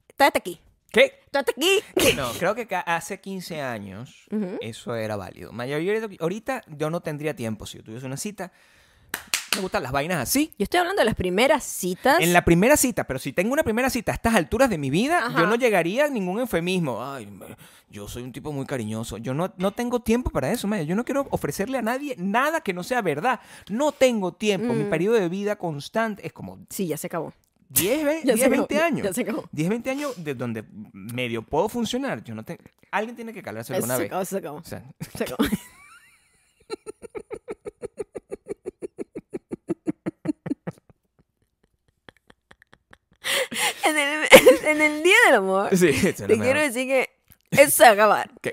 Estate aquí. ¿Qué? ¡Tú hasta [laughs] aquí! No, creo que ca- hace 15 años Ujú. eso era válido. Mayoría de- ahorita yo no tendría tiempo. Si yo tuviese una cita, me gustan las vainas así. Yo estoy hablando de las primeras citas. En la primera cita, pero si tengo una primera cita a estas alturas de mi vida, Ajá. yo no llegaría a ningún eufemismo. Ay, me- yo soy un tipo muy cariñoso. Yo no, no tengo tiempo para eso, Maya. Yo no quiero ofrecerle a nadie nada que no sea verdad. No tengo tiempo. Mi Mm. periodo de vida constante es como Sí, ya se acabó. 10, ve- [laughs] Ya 10, se acabó, 20 ya- años. ya se acabó. 10, 20 años de donde medio puedo funcionar. Yo no te- Alguien tiene que calarse Eso alguna se vez. acabó, se acabó. O sea, Se [laughs] acabó. en, el, en el Día del Amor, [laughs] sí, eso te no me quiero da- decir que eso se va a acabar. ¿Qué?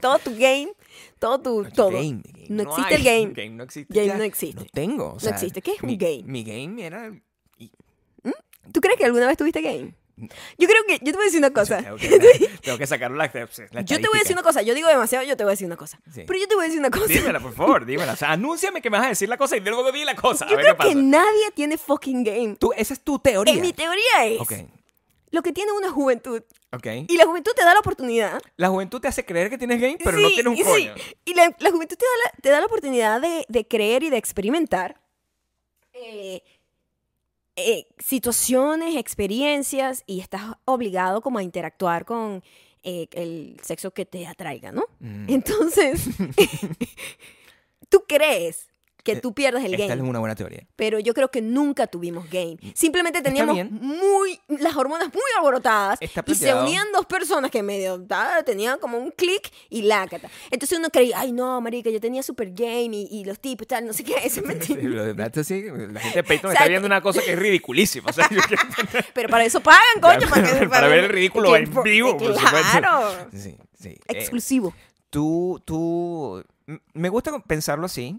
Todo tu game, todo tu... No, todo. game, game No existe el hay. game. no existe. Game ya. no existe. No tengo. o sea, existe. ¿Qué es un mi- game? Mi game era. y- ¿Tú crees que alguna vez tuviste game? Yo creo que... Yo te voy a decir una cosa. tengo, que, tengo que sacar la, pues, la [laughs] Yo te voy a decir estadística. una cosa. Yo digo demasiado, yo te voy a decir una cosa. Sí. Pero yo te voy a decir una cosa. Dímela, por favor, dímela. O sea, anúnciame que me vas a decir la cosa y luego di la cosa. A Yo ver creo qué pasa. que nadie tiene fucking game. Tú, esa es tu teoría. Eh, mi teoría es Ok, lo que tiene una juventud. ok. Y la juventud te da la oportunidad. La juventud te hace creer que tienes game, pero Sí, no tienes un y sí. coño. Y la, la juventud te da la, te da la oportunidad de, de creer y de experimentar eh, eh, situaciones, experiencias, y estás obligado como a interactuar con eh, el sexo que te atraiga, ¿no? Mm. Entonces, [laughs] tú crees que Eh, tú pierdas el Esta game. es una [laughs] buena teoría. pero yo creo que nunca tuvimos game. Simplemente Mm, Está teníamos bien. muy las hormonas muy alborotadas Está y se planteado. unían dos personas que medio ah, tenían como un clic y lácata. Entonces uno creía, ay no, marica, yo tenía super game y, y los tipos tal, no sé qué, [laughs] eso es mentira. Lo de Blatt, sí, la gente de Patreon O está sea, viendo una cosa que es ridiculísima. O sea, [laughs] yo quiero- Pero para eso pagan, coño, para, que- [laughs] para ver el ridículo que- en vivo, por Claro. sí, sí. Eh, Exclusivo. tú, tú, m- me gusta con- pensarlo así,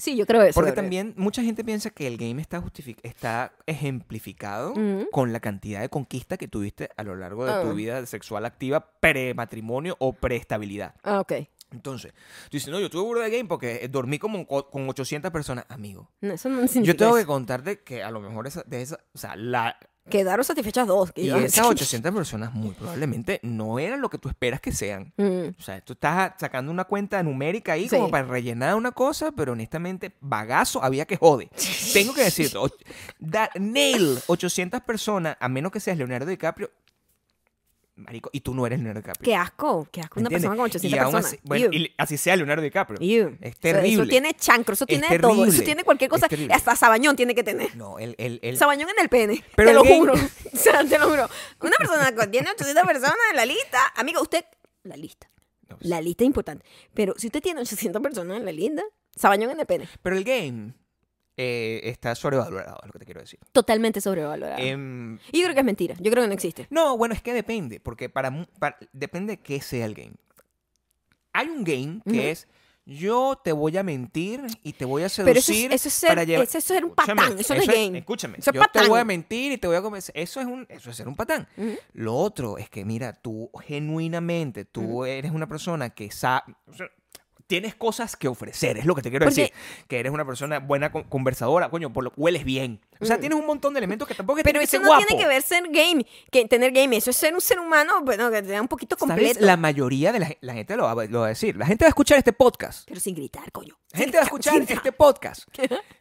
Sí, yo creo eso. porque de verdad. también mucha gente piensa que el game está justific- está ejemplificado Ujú. con la cantidad de conquista que tuviste a lo largo de Ah. tu vida sexual activa pre-matrimonio o pre-estabilidad. Ah, ok. Entonces, tú dices, no, yo tuve burda de game porque eh, dormí como co- con 800 personas. Amigo, No, eso no significa yo tengo que eso. contarte que a lo mejor esa, de esa, o sea, la, Quedaron satisfechas dos. que Y yo- [laughs] esas 800 personas muy probablemente no eran lo que tú esperas que sean. Mm. O sea, tú estás sacando una cuenta numérica ahí Sí. como para rellenar una cosa, pero honestamente, bagazo había que jode. Tengo que [laughs] decirte, och- da- nail 800 personas, a menos que seas Leonardo DiCaprio, marico, y tú no eres Leonardo DiCaprio. Qué asco, qué asco. Una ¿entiendes? persona con 800 y aún personas. Así, bueno, Ew. y así sea Leonardo DiCaprio. Ew. Es O sea, terrible. eso tiene chancro, eso Es tiene de todo. Eso terrible, tiene cualquier es cosa. terrible. Hasta sabañón tiene que tener. No, el, el, el- Sabañón en el [laughs] pene. Pero te el lo gay- juro. [laughs] O sea, te lo juro. Una persona que tiene 800 personas en la lista. Amigo, usted. La lista. no, pues, La lista es importante. Pero si usted tiene 800 personas en la lista, sabañón en el pene. Pero el game eh, está sobrevalorado, es lo que te quiero decir. Totalmente sobrevalorado. Em, y yo creo que es mentira. Yo creo que no existe. No, bueno, es que depende, porque para, mu- para- depende de qué sea el game. Hay un game Ujú. que es yo te voy a mentir y te voy a seducir Pero eso es, eso es ser, para llevar eso es ser un Escúchame, patán. Eso no es game. Escúchame, Eso es yo patán. te voy a mentir y te voy a convencer. Eso es un eso es ser un patán. Ujú. Lo otro es que mira, tú genuinamente tú eres una persona que sabe Tienes cosas que ofrecer, es lo que te quiero Porque- decir. Que eres una persona buena con- conversadora, coño, por lo hueles bien. O sea, Mm. tienes un montón de elementos que tampoco es que Pero tienes eso que ser no tiene guapo. que ver ser game, que tener game. Eso es ser un ser humano, bueno, que te da un poquito ¿Sabes? completo. La mayoría de la, gen- la gente lo va, lo va a decir. La gente va a escuchar este podcast. Pero sin gritar, coño. La gente va a escuchar Sin gritar. [laughs] este podcast.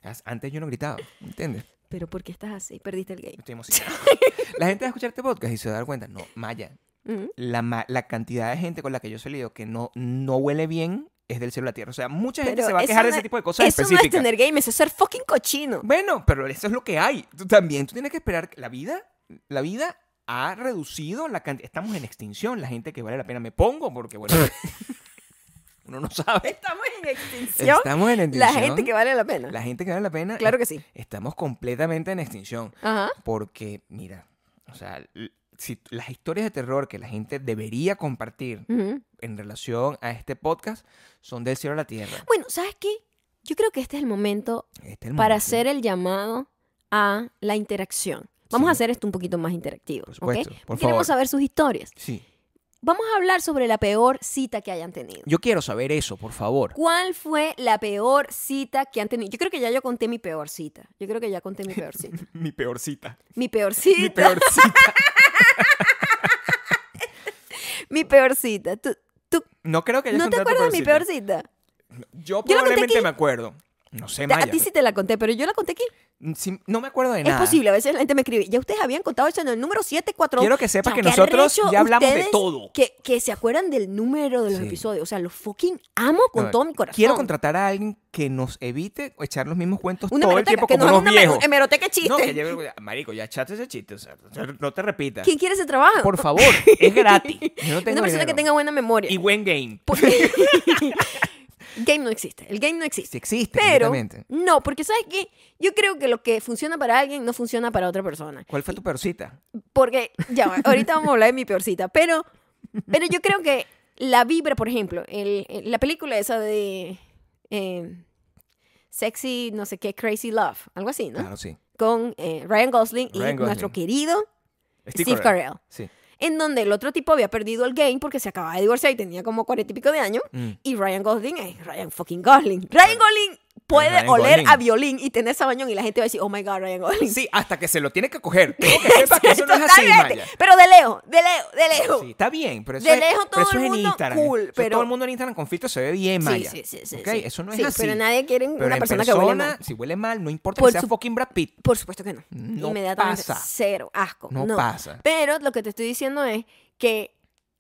As- Antes yo no gritaba, [laughs] ¿entiendes? Pero ¿por qué estás así? Perdiste el game. Estoy emocionado. La gente va a escuchar este podcast y se va a dar cuenta. No, Maya, Ujú. la, ma- la cantidad de gente con la que yo he salido que no, no huele bien es del cielo a la tierra. O sea, mucha gente Pero se va a eso quejar de no ese es- tipo de cosas Eso no es específicas. tener game, eso es ser fucking cochino. Bueno, pero eso es lo que hay. Tú también, tú tienes que esperar. La vida, la vida ha reducido la cantidad. Estamos en extinción. La gente que vale la pena me pongo porque, [laughs] bueno, uno no sabe. Estamos en extinción. Estamos en La extinción. gente que vale la pena. La gente que vale la pena. eh, Claro que sí. Estamos completamente en extinción. Ajá. Porque, mira, o sea, l- si t- las historias de terror que la gente debería compartir Ujú. en relación a este podcast son del cielo a la tierra. Bueno, ¿sabes qué? Yo creo que este es el momento Este es el para momento. hacer el llamado a la interacción. Vamos Sí. a hacer esto un poquito más interactivo. Por ¿ok? supuesto, por favor. Queremos saber sus historias. Sí. Vamos a hablar sobre la peor cita que hayan tenido. Yo quiero saber eso, por favor. ¿Cuál fue la peor cita que han tenido? Yo creo que ya yo conté mi peor cita. Yo creo que ya conté mi peor cita. [laughs] Mi peor cita. Mi peor cita. Mi peor cita. Mi peor cita. ¿Tú, tú [laughs] No creo que hayas no te contado tu acuerdas de mi cita. peor cita? Yo Yo la conté probablemente aquí. me acuerdo. No sé, Te- Maya. Mm, a ti sí te la conté, pero yo la conté aquí. Sí, no me acuerdo de Es nada. posible, a veces la gente me escribe. Ya ustedes habían contado eso en el número 742. Quiero que sepas O sea, que qué nosotros arrecho ya hablamos de ustedes todo. Que, que se acuerdan del número de los Sí. episodios. O sea, los fucking amo con No, todo mi corazón. Quiero contratar a alguien que nos evite echar los mismos cuentos una todo el tiempo hemeroteca, que como nos haga unos una viejos. hemer- hemeroteca chiste. No, que lleve, ah, marico, ya echate ese chiste, o sea, no te repitas. ¿Quién quiere ese trabajo? Por favor, [laughs] es gratis. Yo no tengo una persona que dinero. tenga buena memoria. y buen game. Porque- [laughs] [laughs] game no existe. El game no existe. Si existe, Pero exactamente. no, porque sabes que yo creo que lo que funciona para alguien no funciona para otra persona. ¿Cuál fue tu peor cita? Porque, ya, va, ahorita vamos a hablar de mi peor cita, pero, pero yo creo que la vibra, por ejemplo, el- el- la película esa de eh, Sexy, no sé qué, Crazy Love, algo así, ¿no? Claro, sí. Con eh, Ryan Gosling y Ryan Gosling. nuestro querido Steve Carell. Sí. En donde el otro tipo había perdido el game porque se acababa de divorciar y tenía como cuarenta y pico de años. Mm. Y Ryan Gosling es Ryan fucking Gosling. Ryan Gosling puede Ryan oler Gosling. a violín y tener sabañón y la gente va a decir, oh my god, Ryan Gosling. Sí, hasta que se lo tiene que [laughs] coger. Quiero que sepas que [laughs] eso no es así, Totalmente. Maya. Pero de lejos, de lejos, de lejos. Sí, está bien, pero eso, De es, lejos pero todo eso el es en mundo Instagram. cool, Eso pero- todo el mundo en Instagram con filtro se ve bien, Maya. Sí, sí, sí, sí, ¿Ok? sí. Eso no es Sí, así. Pero nadie quiere Pero una en persona, que huele mal. si huele mal, no importa Por que sea su- fucking Brad Pitt. Por supuesto que no. No Inmediatamente pasa. cero asco. No No, pasa. Pero lo que te estoy diciendo es que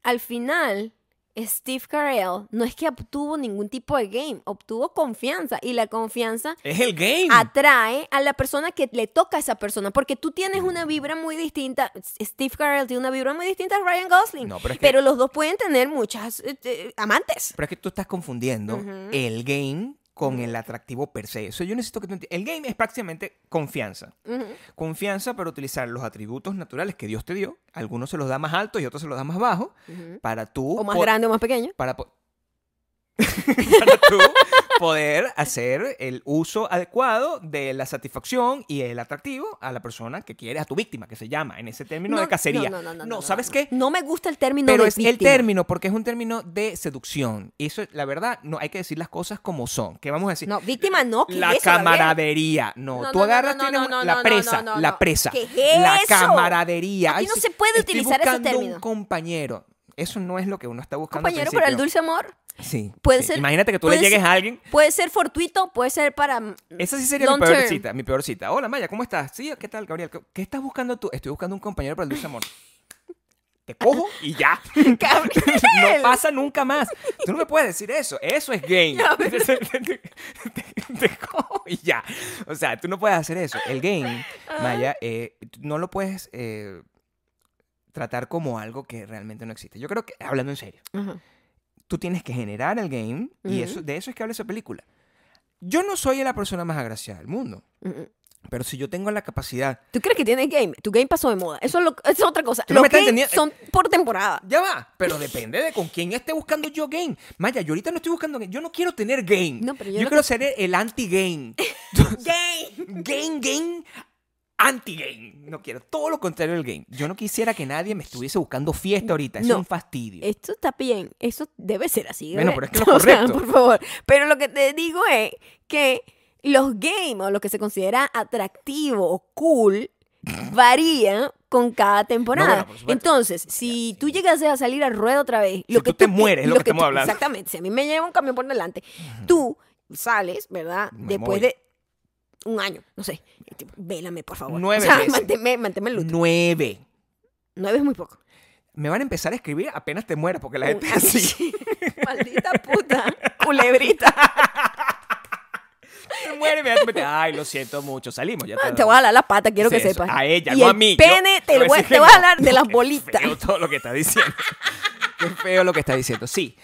al final Steve Carell no es que obtuvo ningún tipo de game, obtuvo confianza y la confianza Es el game. Ah, atrae a la persona que le toca a esa persona. Porque tú tienes Mm. una vibra muy distinta. Steve Carell tiene una vibra muy distinta a Ryan Gosling. No, pero es que- los dos pueden tener muchas eh, eh, amantes. Pero es que tú estás confundiendo Ujú. el game con el atractivo per se. Eso yo necesito que tú enti- El game es prácticamente confianza. Ujú. Confianza para utilizar los atributos naturales que Dios te dio. Algunos se los da más altos y otros se los da más bajos. Ujú. Para tú. O más po- grande o más pequeño. Para, po- para tú poder hacer el uso adecuado de la satisfacción y el atractivo a la persona que quieres, a tu víctima, que se llama en ese término de cacería. No, no, no, no, no, ¿sabes no. qué? No me gusta el término Pero de es el víctima. término, porque es un término de seducción. Y eso, la verdad, no hay que decir las cosas como son. ¿Qué vamos a decir? No, víctima no. ¿qué la es eso, Gabriel? camaradería. No, No, tú no, no, agarras, no, no, tienes no, un- la no, presa, no, no, la no. presa. ¿Qué es la eso? camaradería. Aquí no sí, se puede estoy utilizar ese buscando término. un compañero. Eso no es lo que uno está buscando. al Compañero, pero el principio. dulce amor Sí. puede sí. ser- Imagínate que tú le puede llegues ser- a alguien. puede ser fortuito, puede ser para. mm, Esa sí sería mi Long peor term. cita, mi peor cita. Hola Maya, ¿cómo estás? Sí, ¿qué tal, Gabriel? ¿Qué, qué estás buscando tú? Estoy buscando un compañero para el dulce amor. Te cojo [laughs] y ya. Gabriel. no pasa nunca más. Tú no me puedes decir eso. Eso es game. Ya, te, [laughs] te- te cojo y ya. O sea, tú no puedes hacer eso. El game, Maya, eh, tú no lo puedes eh, tratar como algo que realmente no existe. Yo creo que, hablando en serio, Ajá. tú tienes que generar el game y Ujú. eso, de eso es que habla esa película. Yo no soy la persona más agraciada del mundo, Mm, mm. pero si yo tengo la capacidad... ¿Tú crees que tienes game? Tu game pasó de moda. Eso es, lo- eso es otra cosa. Tú no Los me estás games entendiendo. son por temporada. Ya va, [laughs] pero depende de con quién esté buscando yo game. Maya, yo ahorita no estoy buscando game. Yo no quiero tener game. No, pero yo yo lo quiero ser el anti-game. [laughs] Game. Game, game, anti-game. No quiero todo lo contrario del game. Yo no quisiera que nadie me estuviese buscando fiesta ahorita. Eso No. es un fastidio. Esto está bien. Eso debe ser así. Bueno, ¿verdad? [laughs] pero es que lo O sea, correcto. por favor. Pero lo que te digo es que los games o lo que se considera atractivo o cool varía con cada No, temporada. bueno, por supuesto. Entonces, si tú llegases a salir al ruedo otra vez, lo Si que tú te pi- mueres, es lo que tú- estamos hablando. Exactamente. Si a mí me lleva un camión por delante, tú sales, ¿verdad? Me Después voy. de un año, no sé. Tipo, Vélame, por favor. Nueve o sea, veces. Manténme, manténme en luto. Nueve. Nueve es muy poco. [laughs] Me van a empezar a escribir apenas te mueras porque la Un- gente [laughs] así. Maldita puta. Culebrita. Te muere, me mete, Ay, lo siento mucho. Salimos. Ya Ah, Te voy a jalar la pata, quiero Sí, que eso, sepas. A ella, y no a el mí. Yo- pene te, [laughs] yo lo voy, decir te que voy a no. hablar de las Qué bolitas. feo todo lo que está [laughs] diciendo. Qué feo lo que está diciendo. Sí.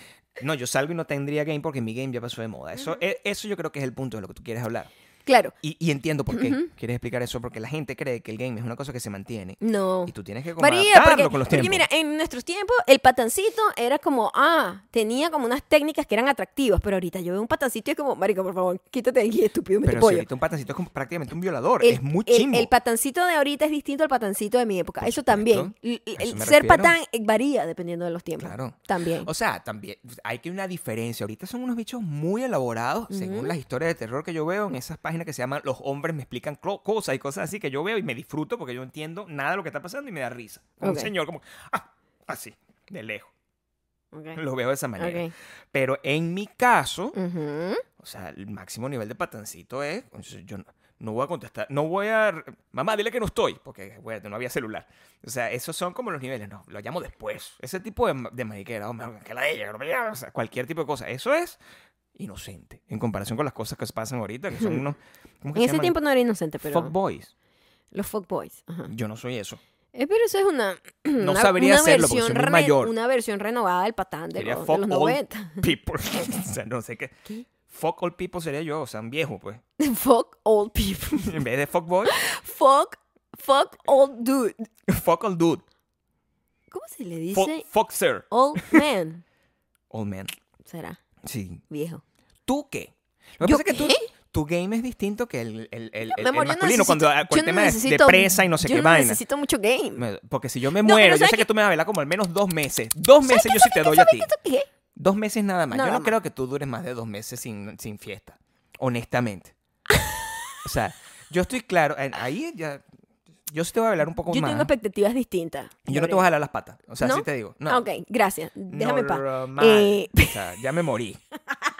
No, yo salgo y no tendría game porque mi game ya pasó de moda. Eso, e- eso yo creo que es el punto de lo que tú quieres hablar. Claro. Y, y entiendo por qué quieres explicar eso, porque la gente cree que el game es una cosa que se mantiene. No. Y tú tienes que como María, adaptarlo porque, con los porque mira, tiempos. en nuestros tiempos el patancito era como, ah, tenía como unas técnicas que eran atractivas, pero ahorita yo veo un patancito y es como, marico, por favor, quítate de aquí, estúpido, mete pero si pollo. ahorita un patancito es como prácticamente un violador. El- es muy el- chimbo. El, patancito de ahorita es distinto al patancito de mi época. Por Eso supuesto. también. L- A el eso me ser refiero. patán eh, varía dependiendo de los tiempos. Claro. También. O sea, también pues, hay que una diferencia. Ahorita son unos bichos muy elaborados, según las historias de terror que yo veo en esas página que se llama Los hombres me explican clo- cosas y cosas así que yo veo y me disfruto porque yo no entiendo nada de lo que está pasando y me da risa. Como Ok. Un señor como, ah, así, de lejos. Ok. Lo veo de esa manera. Ok. Pero en mi caso, Ujú. o sea, el máximo nivel de patancito es, entonces, yo no, no voy a contestar, no voy a, mamá, dile que no estoy, porque, bueno, no había celular. O sea, esos son como los niveles, no, lo llamo después. Ese tipo de, ma- de mariquera, hombre, que la de ella, que no me llama, o sea, cualquier tipo de cosa. Eso es inocente, en comparación con las cosas que pasan ahorita, [laughs] que son unos, ¿cómo que En se ese llaman? tiempo no era inocente, pero. Fuckboys. Los fuckboys. Ajá. Yo no soy eso. Eh, pero eso es una. [clears throat] No una- sabría una hacerlo porque soy versión muy re- mayor. Una versión renovada del patán de, Sería los, de fuck los all 90. People. [laughs] o sea, no sé qué. Fuck all people sería yo, o sea, un viejo, pues. [laughs] [laughs] fuck old people. [laughs] En vez de fuckboy, Fuck. Fuck old dude. [laughs] fuck all dude. ¿Cómo se le Fuck, dice? fuck sir. Old man. Old man. Será Sí. viejo. ¿Tú qué? Lo que ¿Yo pasa es que tú, qué? tu game es distinto que el, el, el, el- Mi amor, yo el no masculino necesito- cuando yo con el no tema de- necesito- de presa y no sé yo qué vaina. necesito mucho game. Me- Porque si yo me No, pero muero, yo ¿sabes sé que qué? tú me vas a velar como al menos dos meses. Dos meses yo sí te doy a ti. ¿Qué? Dos meses nada más. Nada yo no más. creo que tú dures más de dos meses sin, sin fiesta. Honestamente. o sea, yo estoy claro. eh, Ahí ya. Yo sí te voy a velar un poco Yo más. tengo expectativas distintas. yo no te voy a jalar las patas. O sea, ¿No? sí te digo. No. Ah, Ok, gracias. Déjame en paz. Normal. Eh, O sea, ya me morí.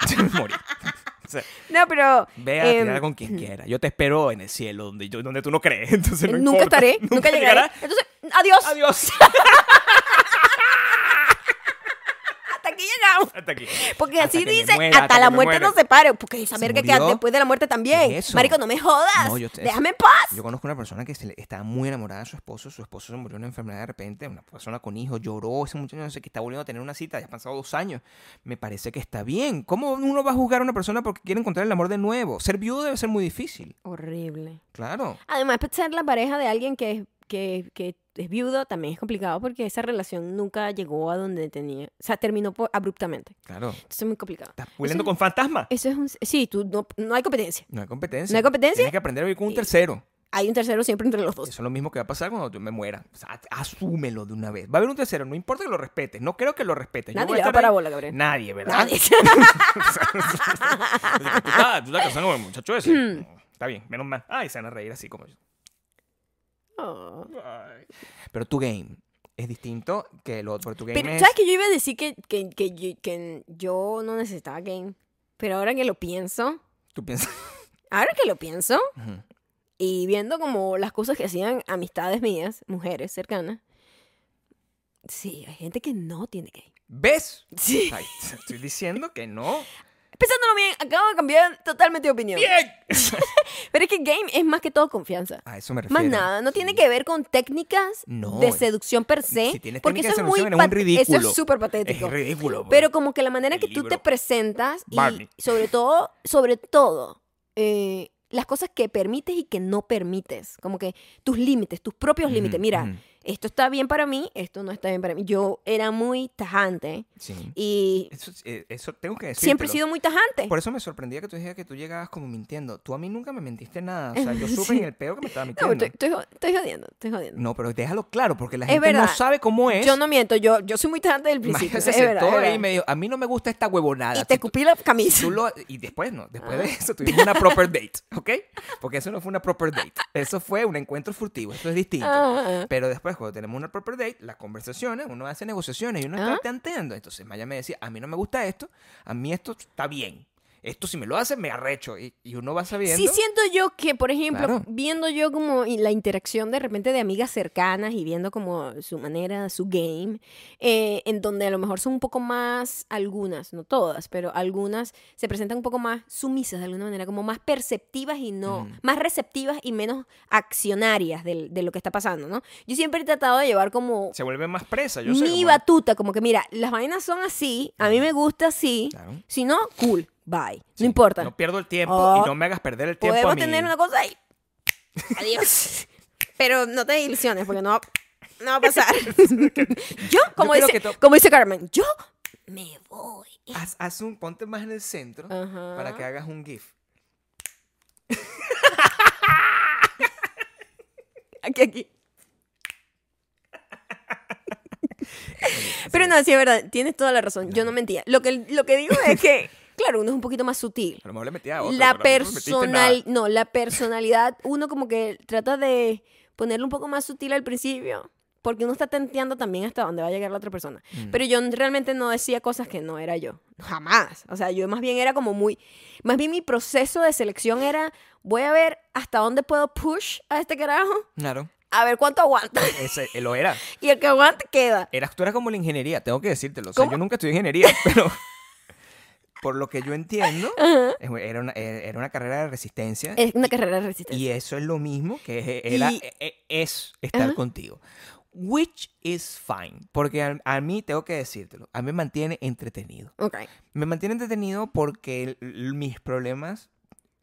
ya me morí. [laughs] O sea, [laughs] No, pero. Ve a em, tirar con quien quiera. Yo te espero en el cielo donde, yo, donde tú no crees. [laughs] Entonces no nunca importa. [laughs] estaré, nunca, llegaré. llegarás. Entonces, adiós. [laughs] Adiós. Hasta aquí llegamos. Hasta aquí. Porque Hasta así que me dice, muera, hasta la que me muerte muera. nos separe. Porque esa ¿Se verga que murió? después de la muerte también. ¿Qué es eso? Marico, no me jodas. No, yo te- Déjame en paz. Yo conozco una persona que se le- estaba muy enamorada de su esposo. Su esposo se murió de una enfermedad de repente. Una persona con hijos lloró. Ese muchacho no sé que está volviendo a tener una cita. Ya han pasado dos años. Me parece que está bien. ¿Cómo uno va a juzgar a una persona porque quiere encontrar el amor de nuevo? Ser viudo debe ser muy difícil. Horrible. Claro. Además, pues, ser la pareja de alguien que es, que, que es viudo también es complicado porque esa relación nunca llegó a donde tenía. O sea, terminó por- abruptamente. Claro. Entonces es muy complicado. Estás puliendo Eso- con fantasmas. Eso es un. Sí, tú, no, no hay competencia. No hay competencia. ¿No hay competencia? Tienes que aprender a vivir con un tercero. Hay un tercero siempre entre los dos. Eso es lo mismo que va a pasar cuando yo me muera. O sea, asúmelo de una vez. Va a haber un tercero, no importa que lo respetes. No creo que lo respetes. Yo Nadie voy a le da estar ahí- parabola, Gabriel. Nadie, ¿verdad? [laughs] Nadie. [laughs] tú, estás, tú estás casado con el muchacho ese. [clears throat] No, Está bien, menos mal. Ay, se van a reír así como yo. Oh. Ay. Pero tu game es distinto que el otro. Tu game Pero, es... ¿sabes que yo iba a decir que, que, que yo- que yo no necesitaba game? Pero ahora que lo pienso, Tú piensas... ahora que lo pienso, Ujú. y viendo como las cosas que hacían amistades mías, mujeres cercanas, sí, hay gente que no tiene game. [laughs] ¿Ves? Sí. Ay, te estoy diciendo que no. Pensándolo bien, acabo de cambiar totalmente de opinión. ¡Bien! Pero es que game es más que todo confianza. A eso me refiero. Más nada, no tiene que ver con técnicas No, de es- seducción per se. si tienes porque técnica eso de es muy seducción, eres un pat- Eso ridículo. es súper Es patético. ridículo. bro. Pero como que la manera El que tú te libro. presentas y Barney. sobre todo, sobre todo, eh, las cosas que permites y que no permites. Como que tus límites, tus propios Ujú, límites. Mira, ujú. esto está bien para mí, esto no está bien para mí. Yo era muy tajante Sí. y Eso, eh, eso tengo que decir. siempre he sido muy tajante. Por eso me sorprendía que tú dijeras que tú llegabas como mintiendo. Tú a mí nunca me mentiste nada. O [laughs] sea, yo Sí. supe en el peo que me estaba No, mintiendo. estoy, No, estoy jo- estoy jodiendo, estoy jodiendo. pero déjalo claro, porque la Es gente no verdad. sabe cómo es. Yo no miento, yo, yo soy muy tajante del Maja principio. se es sentó verdad, es ahí verdad. y me dijo, a mí no me gusta esta huevonada. Y te Si tú- cupí la si camisa. tú lo- y después no, después de Ah. eso tuvimos una proper date, ¿ok? Porque eso no fue una proper date. Eso fue un encuentro furtivo, eso es distinto. [laughs] Ah, ah. Pero después, cuando tenemos una proper date, las conversaciones, uno hace negociaciones y uno Ah. está tanteando. Entonces, Maya me decía, a mí no me gusta esto, a mí esto está bien. Esto si me lo hacen, me arrecho. Y, y uno va sabiendo. Sí siento yo que, por ejemplo, Claro. viendo yo como y la interacción de repente de amigas cercanas y viendo como su manera, su game, eh, en donde a lo mejor son un poco más, algunas, no todas, pero algunas se presentan un poco más sumisas de alguna manera, como más perceptivas y no, Mm. más receptivas y menos accionarias del- de, lo que está pasando, ¿no? Yo siempre he tratado de llevar como Se vuelve más presa, yo sé. mi como- batuta, como que mira, las vainas son así, a mí me gusta así, Claro. si no, cool, bye, Sí, no importa. No pierdo el tiempo Oh. y no me hagas perder el tiempo. Podemos a mí. tener una cosa ahí. [laughs] Adiós. Pero no te ilusiones porque no, no va a [laughs] pasar. yo, como, creo dice, que to- como dice Carmen, yo me voy. Haz, haz un ponte más en el centro Ajá. para que hagas un GIF. Aquí, aquí. [laughs] Pero no, sí, es verdad, tienes toda la razón. Yo no mentía. Lo que, lo que digo es que Claro, uno es un poquito más sutil. A lo mejor le metía a otro. la pero a mí no me metiste personal, nada. no, la personalidad, uno como que trata de ponerlo un poco más sutil al principio, porque uno está tanteando también hasta dónde va a llegar la otra persona. Mm. Pero yo realmente no decía cosas que no era yo, jamás. O sea, yo más bien era como muy, más bien mi proceso de selección era, voy a ver hasta dónde puedo push a este carajo, Claro. a ver cuánto aguanta. [laughs] Ese, eh, lo era. Y el que aguante queda. Era, tú eras como la ingeniería, tengo que decírtelo. O sea, ¿Cómo? yo nunca estudié ingeniería, [laughs] pero por lo que yo entiendo, es- era una, e, era una carrera de resistencia. Es una carrera de resistencia. Y eso es lo mismo que es- era- Y- e- e- es estar Ajá. contigo. Which is fine, porque a, a mí tengo que decírtelo, a mí me mantiene entretenido. Ok. Me mantiene entretenido porque el- l- mis problemas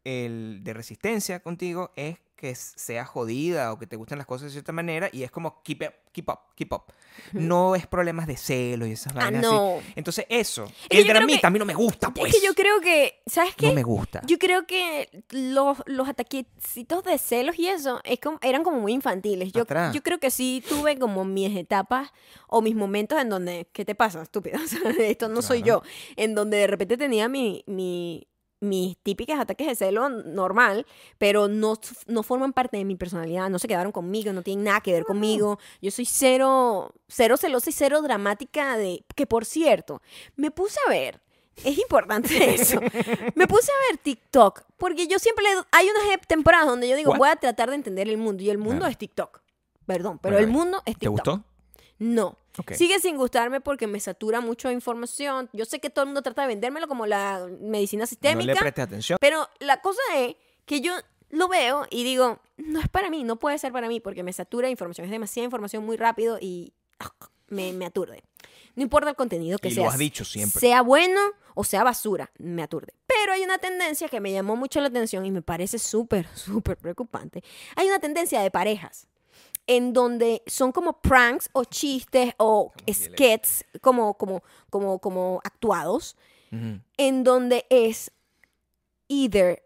el de resistencia contigo es que s- seas jodida o que te gusten las cosas de cierta manera y es como keep up, keep up, keep up. No es problemas de celo y esas Ah, vainas no. así. Entonces eso, que el yo creo gramita que- a mí no me gusta, pues. Es que yo creo que, ¿sabes qué? no me gusta. Yo creo que los, los ataquecitos de celos y eso es como- eran como muy infantiles. Yo, Atrás. yo creo que sí tuve como mis etapas o mis momentos en donde, ¿qué te pasa, estúpida? [laughs] O sea, esto no soy yo. Claro. En donde de repente tenía mi, mi- mis típicos ataques de celo normal, pero no, s- no forman parte de mi personalidad, no se quedaron conmigo, no tienen nada que ver conmigo. Yo soy cero, cero celosa y cero dramática de... Que por cierto, me puse a ver... Es importante [laughs] eso. Me puse a ver TikTok porque yo siempre le- hay unas ep- temporadas donde yo digo, What? voy a tratar de entender el mundo y el mundo Claro. es TikTok. Perdón, pero Bueno, el eh, mundo es TikTok. ¿Te gustó? No. Ok. Sigue sin gustarme porque me satura mucho de información. Yo sé que todo el mundo trata de vendérmelo como la medicina no sistémica, le prestes atención. pero la cosa es que yo lo veo y digo, no es para mí, no puede ser para mí porque me satura de información, es demasiada información muy rápido y ah, me, me aturde. No importa el contenido que Y sea. lo has dicho siempre. Sea bueno o sea basura, me aturde. Pero hay una tendencia que me llamó mucho la atención y me parece súper, [laughs] súper preocupante. Hay una tendencia de parejas en donde son como pranks o chistes o dialecto. skits como, como, como, como actuados Ujú. en donde es either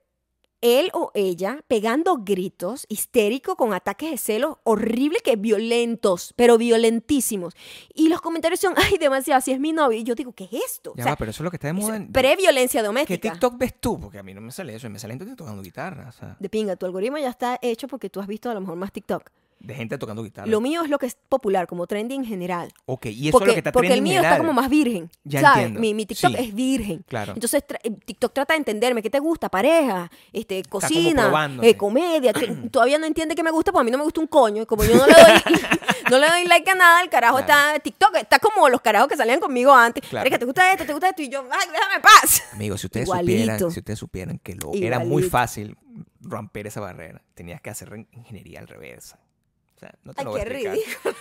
él o ella pegando gritos, histérico, con ataques de celos horribles que violentos, pero violentísimos. Y los comentarios son, [laughs] ay, demasiado, si es mi novio. Y yo digo, ¿qué es esto? O Ya sea, va, pero eso es lo que está de eso moda. es en- pre-violencia ¿Qué doméstica. TikTok ves tú? Porque a mí no me sale eso. Me salen gente tocando guitarra. O sea, De pinga, tu algoritmo ya está hecho porque tú has visto a lo mejor más TikTok. de gente tocando guitarra. Lo mío es lo que es popular, como trending en general. ok, y eso porque es lo que está porque el trending mío está general. como más virgen. Ya ¿sabes? entiendo. Mi, mi TikTok Sí. es virgen. Claro. Entonces tra- eh, TikTok trata de entenderme qué te gusta, pareja, este, como cocina, probándote. eh, comedia. [clears throat] Te- todavía no entiende qué me gusta, porque a mí no me gusta un coño. Y Como yo no le doy, [laughs] no le doy like a nada, el carajo Claro. está. TikTok está como los carajos que salían conmigo antes. Claro. Marica, te gusta esto, te gusta esto. Y yo, ay, déjame en paz. Amigos, si ustedes Igualito. supieran, si ustedes supieran que lo era muy Igualito. fácil romper esa barrera. Tenías que hacer re- ingeniería al reversa. O sea, no te Ay, lo voy a qué explicar. ridículo.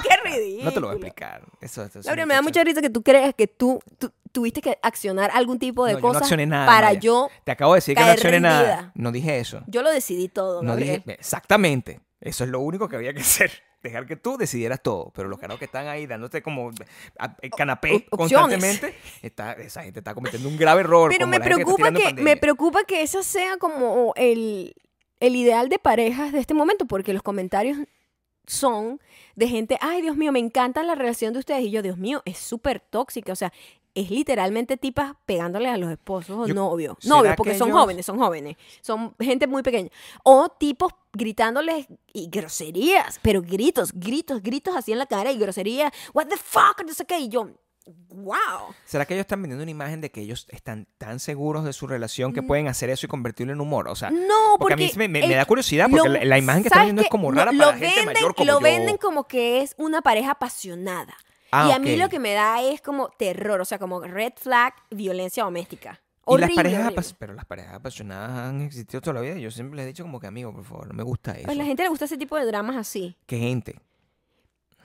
Qué [laughs] Qué No te lo voy a ridículo. explicar. Eso, eso es Laura, una me da cosa- mucha risa que tú creas que tú, tú tuviste que accionar algún tipo de No, yo no cosas accioné nada, para Maya. yo. Te acabo de decir que no caer accioné nada. rendida. No dije eso. Yo lo decidí todo. No Gabriel. dije, exactamente. Eso es lo único que [laughs] había que hacer. Dejar que tú decidieras todo. Pero los caros que están ahí dándote como a- a- canapé op- constantemente, está, esa gente está cometiendo un grave error. Pero como me la gente preocupa, está que, tirando me pandemia. preocupa que esa sea como el, el ideal de parejas de este momento, porque los comentarios son de gente, ay Dios mío, me encanta la relación de ustedes. Y yo, Dios mío, es súper tóxica. O sea, es literalmente tipas pegándole a los esposos o Yo- novios. ¿será Novios, porque que son ellos- jóvenes, son jóvenes. Son gente muy pequeña. O tipos gritándoles y groserías, pero gritos, gritos, gritos así en la cara y groserías. What the fuck, no sé qué. Y yo, wow. ¿Será que ellos están vendiendo una imagen de que ellos están tan seguros de su relación que pueden hacer eso y convertirlo en humor? O sea, Mm. No, Ah, porque, porque, a mí sí me, me- el- me da curiosidad porque lo- la, la imagen que están ¿sabes vendiendo es qué? como No, rara lo para la gente venden- mayor como Lo yo. venden como que es una pareja apasionada. Ah, y a ok. mí lo que me da es como terror, o sea, como red flag, violencia doméstica. Y las Horrible, parejas, horrible. apas- pero las parejas apasionadas han existido toda la vida. y Yo siempre les he dicho como que, amigo, por favor, no me gusta eso. Pues la eh, gente le gusta ese tipo de dramas así, ¿Qué gente?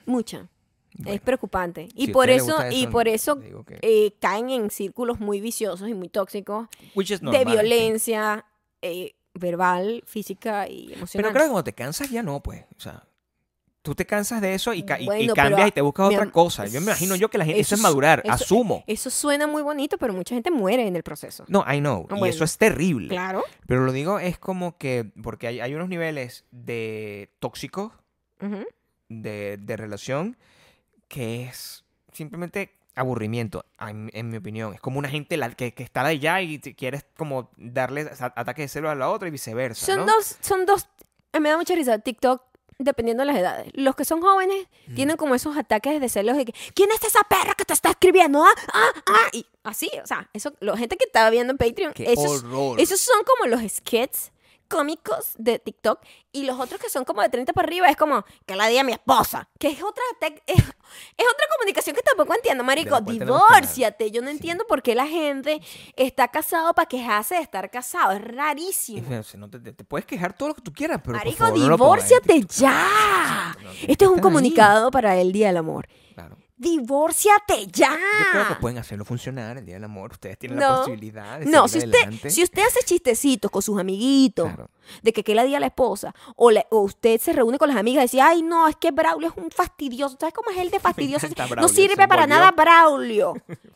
mucha. Bueno, es preocupante. Y si a por ustedes les eso, gusta y eso, por eso digo que- eh, caen en círculos muy viciosos y muy tóxicos Which is de normal, sí. violencia eh, verbal, física y emocional. Pero creo que cuando te cansas ya no, pues. O sea, tú te cansas de eso y, ca- y- y Bueno, pero, cambias y te buscas mi otra am- cosa. Yo me imagino yo que la gente. Eso, eso es es- madurar, eso- eh, asumo. Eso suena muy bonito, pero mucha gente muere en el proceso. no, I know. Ah, y bueno. eso es terrible. Claro. Pero lo digo es como que. Porque hay, hay unos niveles de tóxicos Ujú. de, de relación que es simplemente aburrimiento, en, en mi opinión. Es como una gente la- que, que está allá y te- quieres como darle esa- ataque de celos a la otra y viceversa. Son ¿no? dos, son dos, eh, me da mucha risa TikTok, dependiendo de las edades. Los que son jóvenes Mm. tienen como esos ataques de celos de que, ¿quién es esa perra que te está escribiendo? Ah, ah, ah", y así, o sea, eso, la gente que estaba viendo en Patreon, ¡Qué esos, horror! esos son como los skits cómicos de TikTok y los otros que son como de 30 para arriba es como que la di a mi esposa que es otra tec- [laughs] es, es otra comunicación que tampoco entiendo marico cual tenemos que hablar. divórciate yo no entiendo por qué la gente está casado para quejarse de estar casado es rarísimo Y, o sea, no te, te- te puedes quejar todo lo que tú quieras, pero por Marico, favor, no lo pongas en divórciate TikTok. ya. Sí, no, tiene Este es que un estar ahí. comunicado para el Día del Amor. Claro. Divórciate ya. Yo creo que pueden hacerlo funcionar el Día del Amor. Ustedes tienen la Ah. No. posibilidad de No, si seguir usted, adelante. si usted hace chistecitos con sus amiguitos Claro. [laughs] de que qué la día la esposa, o, la- o usted se reúne con las amigas y dice, ay, no, es que Braulio es un fastidioso. ¿Sabes cómo es el de fastidioso? encanta no Braulio, sirve se para volvió- nada Braulio.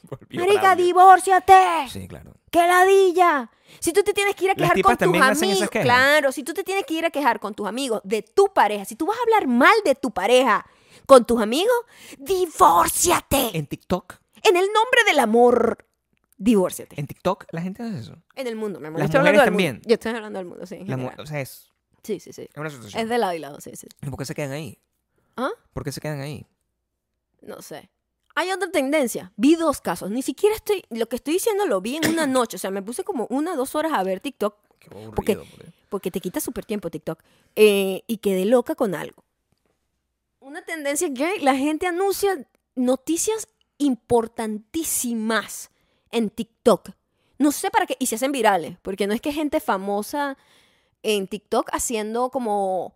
Volvió Marica, Braulio. divórciate. Sí, claro. ¡Qué ladilla! Si tú te tienes que ir a Las quejar tipas con tus también hacen esas amigos, quejas. claro, si tú te tienes que ir a quejar con tus amigos de tu pareja, si tú vas a hablar mal de tu pareja con tus amigos, divórciate. En TikTok, En el nombre del amor, divórciate. en TikTok la gente hace eso. En el mundo, mi amor. Las Yo estoy hablando mujeres del mundo. también. Yo estoy hablando del mundo, sí. en La mu- general. o sea, es, Sí, sí, sí. es una situación. Es de lado y lado, sí, sí. ¿Y ¿Por qué se quedan ahí? ¿Ah? ¿Por qué se quedan ahí? No sé. Hay otra tendencia. Vi dos casos. Ni siquiera estoy. Lo que estoy diciendo lo vi en una noche. O sea, me puse como una dos horas a ver TikTok Qué aburrido. Porque- porque- porque te quita súper tiempo TikTok, eh, y quedé loca con algo. Una tendencia que la gente anuncia noticias importantísimas en TikTok. No sé para qué, y se hacen virales, porque no es que gente famosa en TikTok haciendo como,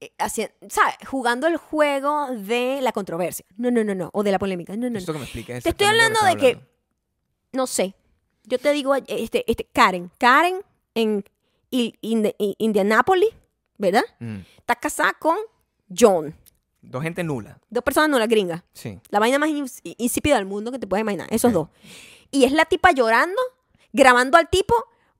eh, haci- ¿sabes? Jugando el juego de la controversia. No, no, no, no, o de la polémica. No, no, no. Esto que me explica Te estoy hablando de que- no sé. Yo te digo, este, este, Karen, Karen en I- Inde- I- Indianápolis, ¿verdad? Está casada con John. Mm. Dos gente nula. Dos personas no las gringas. Sí. La vaina más ins- insípida del mundo que te puedes imaginar. Esos Ok. dos. Y es la tipa llorando, grabando al tipo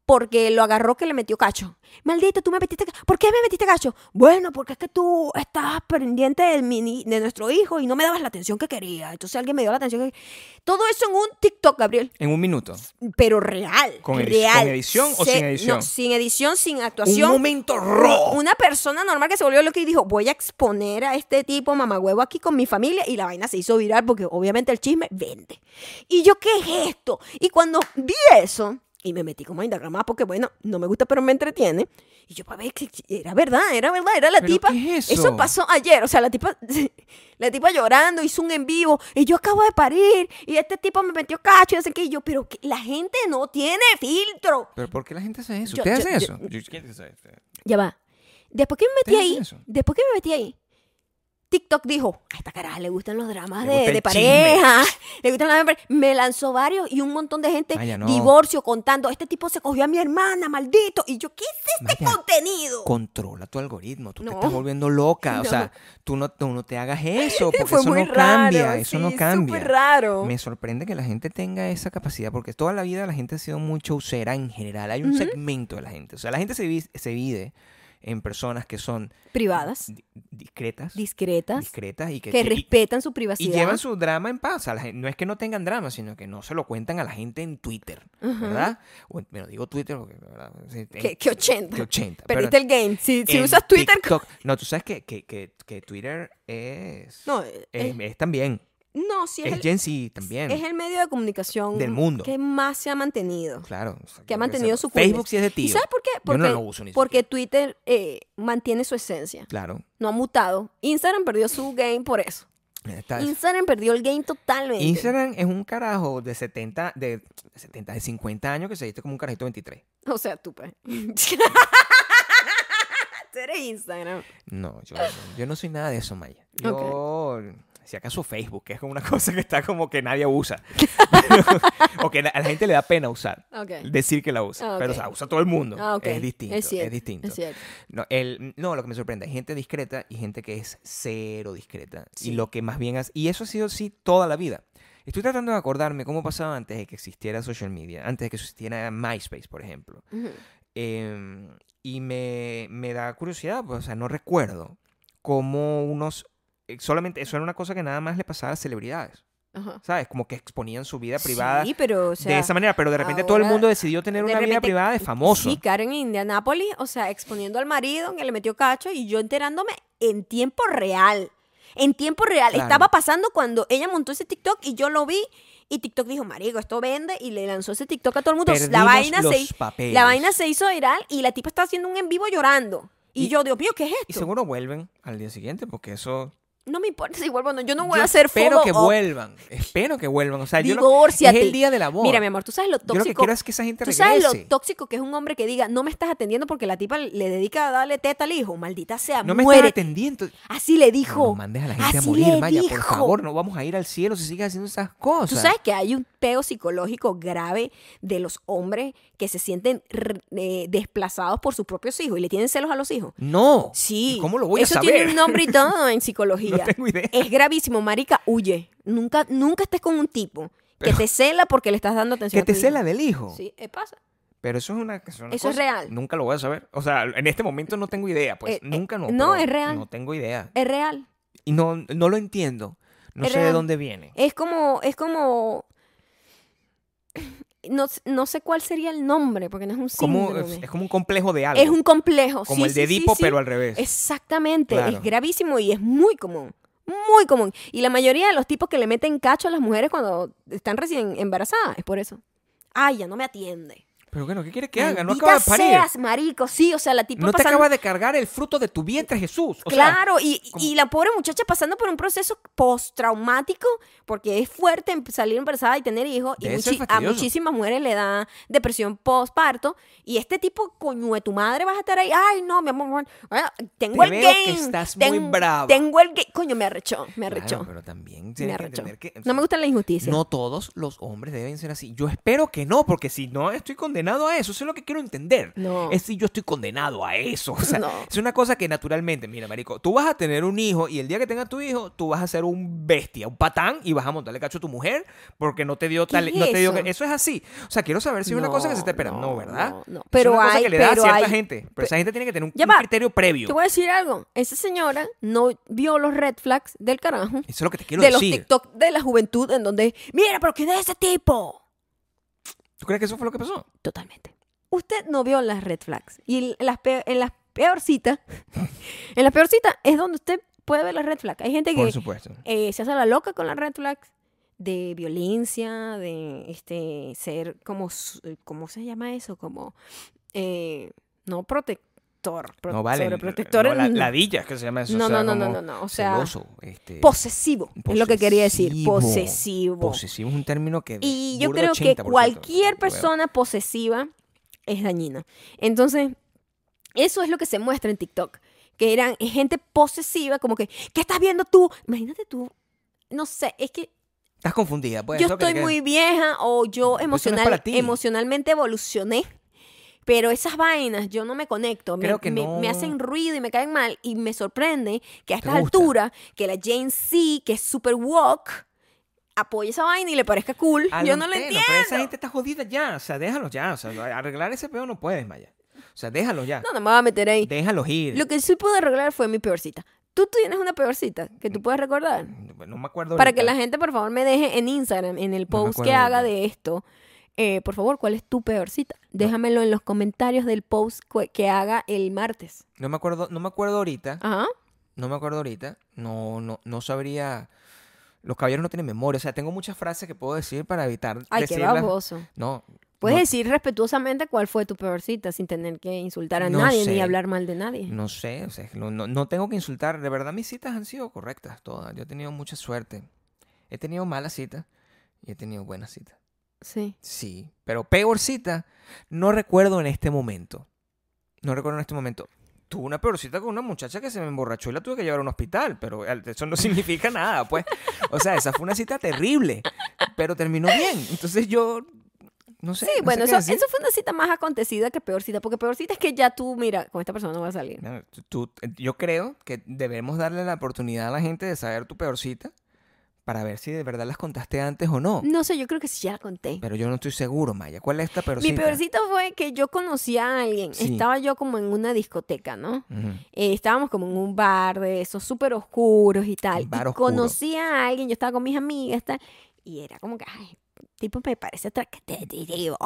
porque lo agarró que le metió cacho. Maldito, tú me metiste cacho. ¿Por qué me metiste cacho? Bueno, porque es que tú estabas pendiente de, mi ni- de nuestro hijo y no me dabas la atención que quería. Entonces alguien me dio la atención que... Todo eso en un TikTok, Gabriel En un minuto. pero real. ¿Con edi- real. con edición o sin edición? No, sin edición, sin actuación. Un momento raw. Una persona normal que se volvió loca y dijo, voy a exponer a este tipo mamagüevo aquí con mi familia. Y la vaina se hizo viral porque obviamente el chisme vende. Y yo, ¿qué es esto? Y cuando vi eso, y me metí como a indagar más porque, bueno, no me gusta, pero me entretiene. Y yo, para ver, que era verdad, era verdad, era la ¿Pero tipa. qué es eso? pasó ayer, o sea, la tipa, [laughs] la tipa llorando, hizo un en vivo, y yo acabo de parir, y este tipo me metió cacho, y así que y yo, pero que la gente no tiene filtro. ¿Pero por qué la gente hace eso? Yo- ¿Ustedes yo- hacen yo- eso? Yo- ¿Qué es eso? Ya va. Después que me metí ¿Ustedes ahí, hacen eso? después que me metí ahí, TikTok dijo, a esta caraja le gustan los dramas Le de, gusta el de pareja, le gustan los dramas de pare-". Me lanzó varios y un montón de gente, Maya, no. divorcio, contando, este tipo se cogió a mi hermana, maldito, y yo, ¿qué es este Maya, contenido? [laughs] Controla tu algoritmo. Tú te No. estás volviendo loca. O No. sea, tú no, tú no te hagas [laughs] eso. Porque Fue eso muy no raro, cambia. eso sí, no cambia. súper raro. Me sorprende que la gente tenga esa capacidad, porque toda la vida la gente ha sido muy chaucera en general. Hay un segmento de la gente. O sea, la gente se divi- se divide en personas que son [laughs] Privadas, di- discretas, discretas, discretas y que, que y- respetan su y privacidad. llevan su drama en paz. O sea, la gen- no es que no tengan drama, sino que no se lo cuentan a la gente en Twitter, ¿verdad? O en- bueno, digo Twitter porque, la ¿verdad? sí, en- que, que 80. que 80. pero Perdiste el game. Si, si en usas Twitter... TikTok- no, tú sabes que, que, que- que Twitter es, No, eh, es, eh, es también. no, si es, Es, el, Gen Z también. es el medio de comunicación Del mundo. que más se ha mantenido. Claro. o sea, que ha creo mantenido se- su Facebook coolness. sí es de ¿Y tío. sabes por qué? Yo Porque, no lo uso ni porque Twitter eh, mantiene su esencia, Claro. no ha mutado. Instagram perdió su game por eso. Está- Instagram perdió el game totalmente. Instagram es un carajo de 70, de 70, de 50 años que se viste como un carajito de 23. O sea, tú, [laughs] pues. Tú eres Instagram. No, yo, yo no soy nada de eso, Maya. Yo, si acaso Facebook, que es como una [laughs] cosa que está como que nadie [laughs] usa. o que a la gente le da pena usar. Ok. Decir que la usa. Ah, Pero o ok. sea, usa todo el mundo. Ah, ok. Es distinto. Es Es, cierto, distinto. Es cierto. No, el, no, lo que me sorprende, hay gente discreta y gente que es cero discreta. Sí. Y lo que más bien hace, y eso ha sido así toda la vida. Estoy tratando de acordarme cómo pasaba antes de que existiera social media, antes de que existiera MySpace, por ejemplo. Ujú. Em, y me, me da curiosidad, pues, o sea, no recuerdo cómo unos... eh, Solamente, eso era una cosa que nada más le pasaba a las celebridades. Ajá. ¿Sabes? Como que exponían su vida privada Sí, pero, o sea, de esa manera, pero de repente todo el ahora- mundo decidió tener de una vida repente- privada de famoso. Sí, Karen en Indianápolis, o sea, exponiendo al marido que le metió cacho y yo enterándome en tiempo real. En tiempo real. Claro. Estaba pasando cuando ella montó ese TikTok y yo lo vi y TikTok dijo, marico, esto vende y le lanzó ese TikTok a todo el mundo. la, Perdimos vaina los se, papeles. la vaina se hizo viral y la tipa está haciendo un en vivo llorando. Y, Y- yo, Dios mío, ¿qué es Y esto? seguro vuelven al día siguiente porque eso... No me importa si vuelvo o no. Yo no voy Yo a hacer Espero follow que up. vuelvan. Espero que vuelvan. O sea, yo no- Divórciate. es el día del amor. Mira, mi amor, tú sabes lo yo lo que tóxico quiero es que esa gente ¿Tú regrese. sabes lo tóxico que es un hombre que diga, no me estás atendiendo porque la tipa le dedica a darle teta al hijo? Maldita sea, no me estás muere. atendiendo. Así le No, dijo. no mandes a la gente a Así morir, le Maya, por dijo. favor. No vamos a ir al cielo si sigues haciendo esas cosas. Tú sabes que hay un peo psicológico grave de los hombres que se sienten r- eh, desplazados por sus propios hijos y le tienen celos a los hijos. No. Sí. ¿Cómo lo voy Eso a saber? tiene un nombre y todo en [laughs] no psicología. tengo idea. Es gravísimo, marica, huye. Nunca, nunca estés con un tipo Pero- que te cela porque le estás dando atención. Que a te tu cela hijo. del hijo. Sí, eh, pasa. Pero eso es una, es una Eso es cosa- real. Nunca lo voy a saber. O sea, en este momento no tengo idea. Pues Eh, eh, nunca no. no, pero es real. No tengo idea. Es real. Y no, no lo entiendo. No Es sé de real. dónde viene. Es como, es como. No, s- no sé cuál sería el nombre, porque no es un Como- síndrome. es, es como un complejo de algo. es un complejo. como sí, el sí, de sí, Edipo, sí. pero al revés. Exactamente. Claro. Es gravísimo y es muy común. Muy común. Y la mayoría de los tipos que le meten cacho a las mujeres cuando están recién embarazadas es por eso. Ay, ya no me atiende. Pero bueno, ¿qué quieres que haga? No Maldita acaba de parir. seas, marico. Sí, o sea, la tipa no te pasando- acaba de cargar el fruto de tu vientre, Jesús. O sea, claro, y, y- como- y la pobre muchacha pasando por un proceso postraumático, porque es fuerte em- salir embarazada y tener hijos, y Debe ser muchi- a fastidioso. muchísimas mujeres le da depresión postparto, y este tipo, coño de tu madre, vas a estar ahí, ay no, mi amor, ah, tengo Te el veo que game. estás ten- muy brava. Tengo el game, coño, me arrechó, me claro, arrechó, pero también me tienes que arrechó. entender que No me gusta la injusticia. no todos los hombres deben ser así. Yo espero que no, porque si no estoy condenado a eso. Eso es lo que quiero entender. No. Es si yo estoy condenado a eso. O sea, No. es una cosa que naturalmente, mira, marico, tú vas a tener un hijo y el día que tengas tu hijo, tú vas a ser un bestia, un patán y vas a montarle cacho a tu mujer porque no te dio ¿Qué tal, es no te dio, eso? eso es así. O sea, quiero saber si es una cosa que se te espera. No, ¿verdad? no, no. Es Pero una cosa hay- que le da pero a cierta hay- gente, pero pe- esa gente tiene que tener un, Ya un va. criterio previo. Te voy a decir algo, esa señora no vio los red flags del carajo. Eso es lo que te quiero De los decir. TikTok de la juventud en donde, mira, pero ¿qué de ese tipo? ¿Tú crees que eso fue lo que pasó? Totalmente. Usted no vio las red flags. Y en las peor, en las peor citas, [laughs] en las peor citas es donde usted puede ver las red flags. Hay gente Por que supuesto. eh, se hace la loca con las red flags de violencia, de este ser como, su- ¿cómo se llama eso? Como, eh, no protector. pro- no vale. sobreprotector, no, la, no. ladilla, es que se llama eso. no, o sea, no, no, no, como no, no, O sea, celoso, este, posesivo, es lo que quería decir. Posesivo. Posesivo. Posesivo es un término que. Y yo burda creo 80%, que por cualquier cierto, lo veo. persona posesiva es dañina. Entonces, eso es lo que se muestra en TikTok. Que eran eh, gente posesiva, como que, ¿qué estás viendo tú? Imagínate tú. No sé, es que Estás confundida, pues. yo eso que te estoy quede- muy vieja o yo Pero eso no es emocional- para ti. emocionalmente evolucioné. Pero esas vainas yo no me conecto, me, Creo que me- no. me hacen ruido y me caen mal y me sorprende que a ¿Te estas gusta? alturas, que la Jane C, que es super woke, apoye esa vaina y le parezca cool. A [laughs] yo no lo antena, entiendo. Pero esa gente está jodida ya. O sea, déjalo ya. O sea, arreglar ese pedo no puedes, Maya. O sea, déjalo ya. No, no me voy a meter ahí. Déjalos ir. Lo que sí pude arreglar fue mi peor cita. ¿Tú tienes una peor cita que Mm. tú puedes recordar? No me acuerdo. Para que ahorita. la gente, por favor, me deje en Instagram, en el No me post que acuerdo haga ahorita. de esto. eh, por favor, ¿cuál es tu peor cita? Ah. Déjamelo en los comentarios del post cu- que haga el martes. No me acuerdo, no me acuerdo ahorita. Ajá. No me acuerdo ahorita. No, no, no sabría. Los caballeros no tienen memoria. O sea, tengo muchas frases que puedo decir para evitar Ay, qué decirlas. baboso. No. Puedes no, decir respetuosamente cuál fue tu peor cita sin tener que insultar a No nadie ni sé. hablar mal de nadie. no sé, o sea, es que no, no- no tengo que insultar. De verdad, mis citas han sido correctas todas. Yo he tenido mucha suerte. He tenido malas citas y he tenido buenas citas. Sí. Sí, pero peor cita no recuerdo en este momento. No recuerdo en este momento. Tuve una peor cita con una muchacha que se me emborrachó y la tuve que llevar a un hospital, pero al- eso no [laughs] significa nada, pues. O sea, esa fue una cita terrible, pero terminó bien. Entonces yo, no sé. Sí, no sé bueno, qué eso, decir. eso fue una cita más acontecida que peor cita, porque peor cita es que ya tú, mira, con esta persona no va a salir. No, tú- tú- yo creo que debemos darle la oportunidad a la gente de saber tu peor cita para ver si de verdad las contaste antes o no. No sé, yo creo que sí ya la conté. Pero yo no estoy seguro, Maya. ¿Cuál es esta peor Mi cita? peorcito fue que yo conocí a alguien. Sí. Estaba yo como en una discoteca, ¿no? Ujú. Eh, estábamos como en un bar de esos súper oscuros y tal. Un bar y oscuro. conocí a alguien, yo estaba con mis amigas, tal, Y era como que, ay, tipo, me parece atractivo.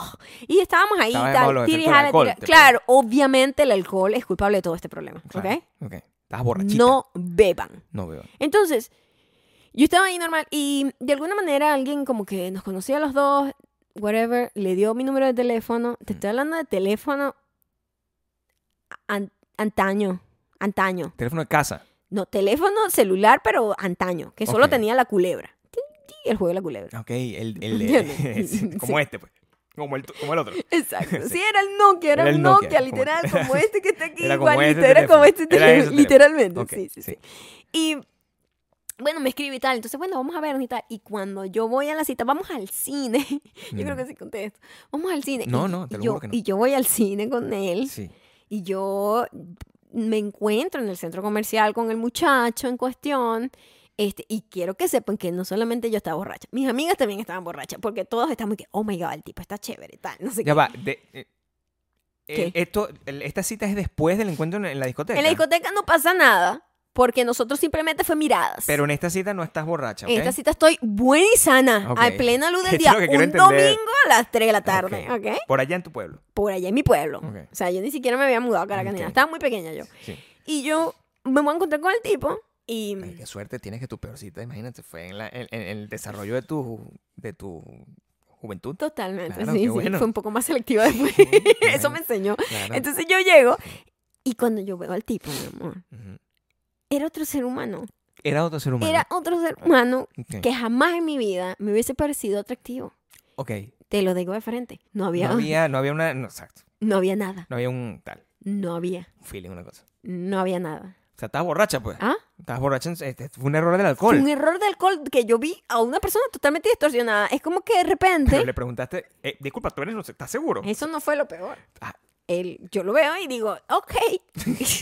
Y estábamos ahí, Estabas tal, bajo los tiri, efectos del jala, alcohol, tira- te Claro, obviamente el alcohol es culpable de todo este problema, Claro, ¿ok? Ok. Estabas borrachita. No beban. No veo. Entonces, yo estaba ahí normal y de alguna manera alguien como que nos conocía a los dos, whatever, le dio mi número de teléfono. Mm. Te estoy hablando de teléfono an- antaño, antaño. Teléfono de casa. No, teléfono celular, pero antaño, que solo Ok. tenía la culebra. Tin, tin, El juego de la culebra. Ok, el. [laughs] el [laughs] ¿Entiendes? ese, como este, pues. Como el, tu- como el otro. [laughs] Exacto. Sí. Sí, era el Nokia, era, Era un el Nokia, Nokia, como- literal, [laughs] como, este que está aquí, Era como igual, ese era como teléfono. este Era teléfono, ese teléfono. literalmente. Ok, sí, sí, sí. Y bueno, me escribe y tal. Entonces, bueno, vamos a ver y tal. Y cuando yo voy a la cita, vamos al cine. [laughs] Yo Mm, creo que sí conté esto. Vamos al cine. No, Y- no, te y lo yo, juro que no. Y yo voy al cine con él. Sí. Y yo me encuentro en el centro comercial con el muchacho en cuestión. Este, y quiero que sepan que no solamente yo estaba borracha, mis amigas también estaban borrachas, porque todos estamos que, oh my god, el tipo está chévere, tal, no sé qué. Ya va. de- eh, eh, ¿Qué? esto, el- esta cita es después del encuentro en, en la discoteca. En la discoteca no pasa nada, porque nosotros simplemente fue miradas. Pero en esta cita no estás borracha. ¿ok? En esta cita estoy buena y sana, Ok. a plena [laughs] luz del Esto día, es lo que quiero un entender. domingo a las 3 de la tarde, Ok. ¿ok? Por allá en tu pueblo. Por allá en mi pueblo. Ok. O sea, yo ni siquiera me había mudado a Caracas, ni Ok. nada. estaba muy pequeña yo. Sí. Y yo me voy a encontrar con el tipo y... Ay, qué suerte tienes que tu peor cita, imagínate, fue en, la- en- en el desarrollo de tu, de tu juventud. Totalmente, Claro, sí, qué sí. bueno. Fue un poco más selectiva después. [laughs] Eso me enseñó. Claro. Entonces yo llego y cuando yo veo al tipo, mi amor, Ujú. era otro ser humano. Era otro ser humano. Era otro ser humano Ok. que jamás en mi vida me hubiese parecido atractivo. Ok. Te lo digo de frente. No había, No había, no había una. no, exacto. no había nada. No había un tal, No había. un feeling, una cosa. No había nada. O sea, estabas borracha, pues. ¿Ah? Estabas borracha. en- este, fue un error del Fue alcohol. Un error de alcohol que yo vi a una persona totalmente distorsionada. Es como que de Pero repente. le preguntaste, eh, disculpa, tú eres, no sé, ¿estás seguro? Eso no fue lo peor. Ah. Él, yo lo veo y digo, ok. [laughs]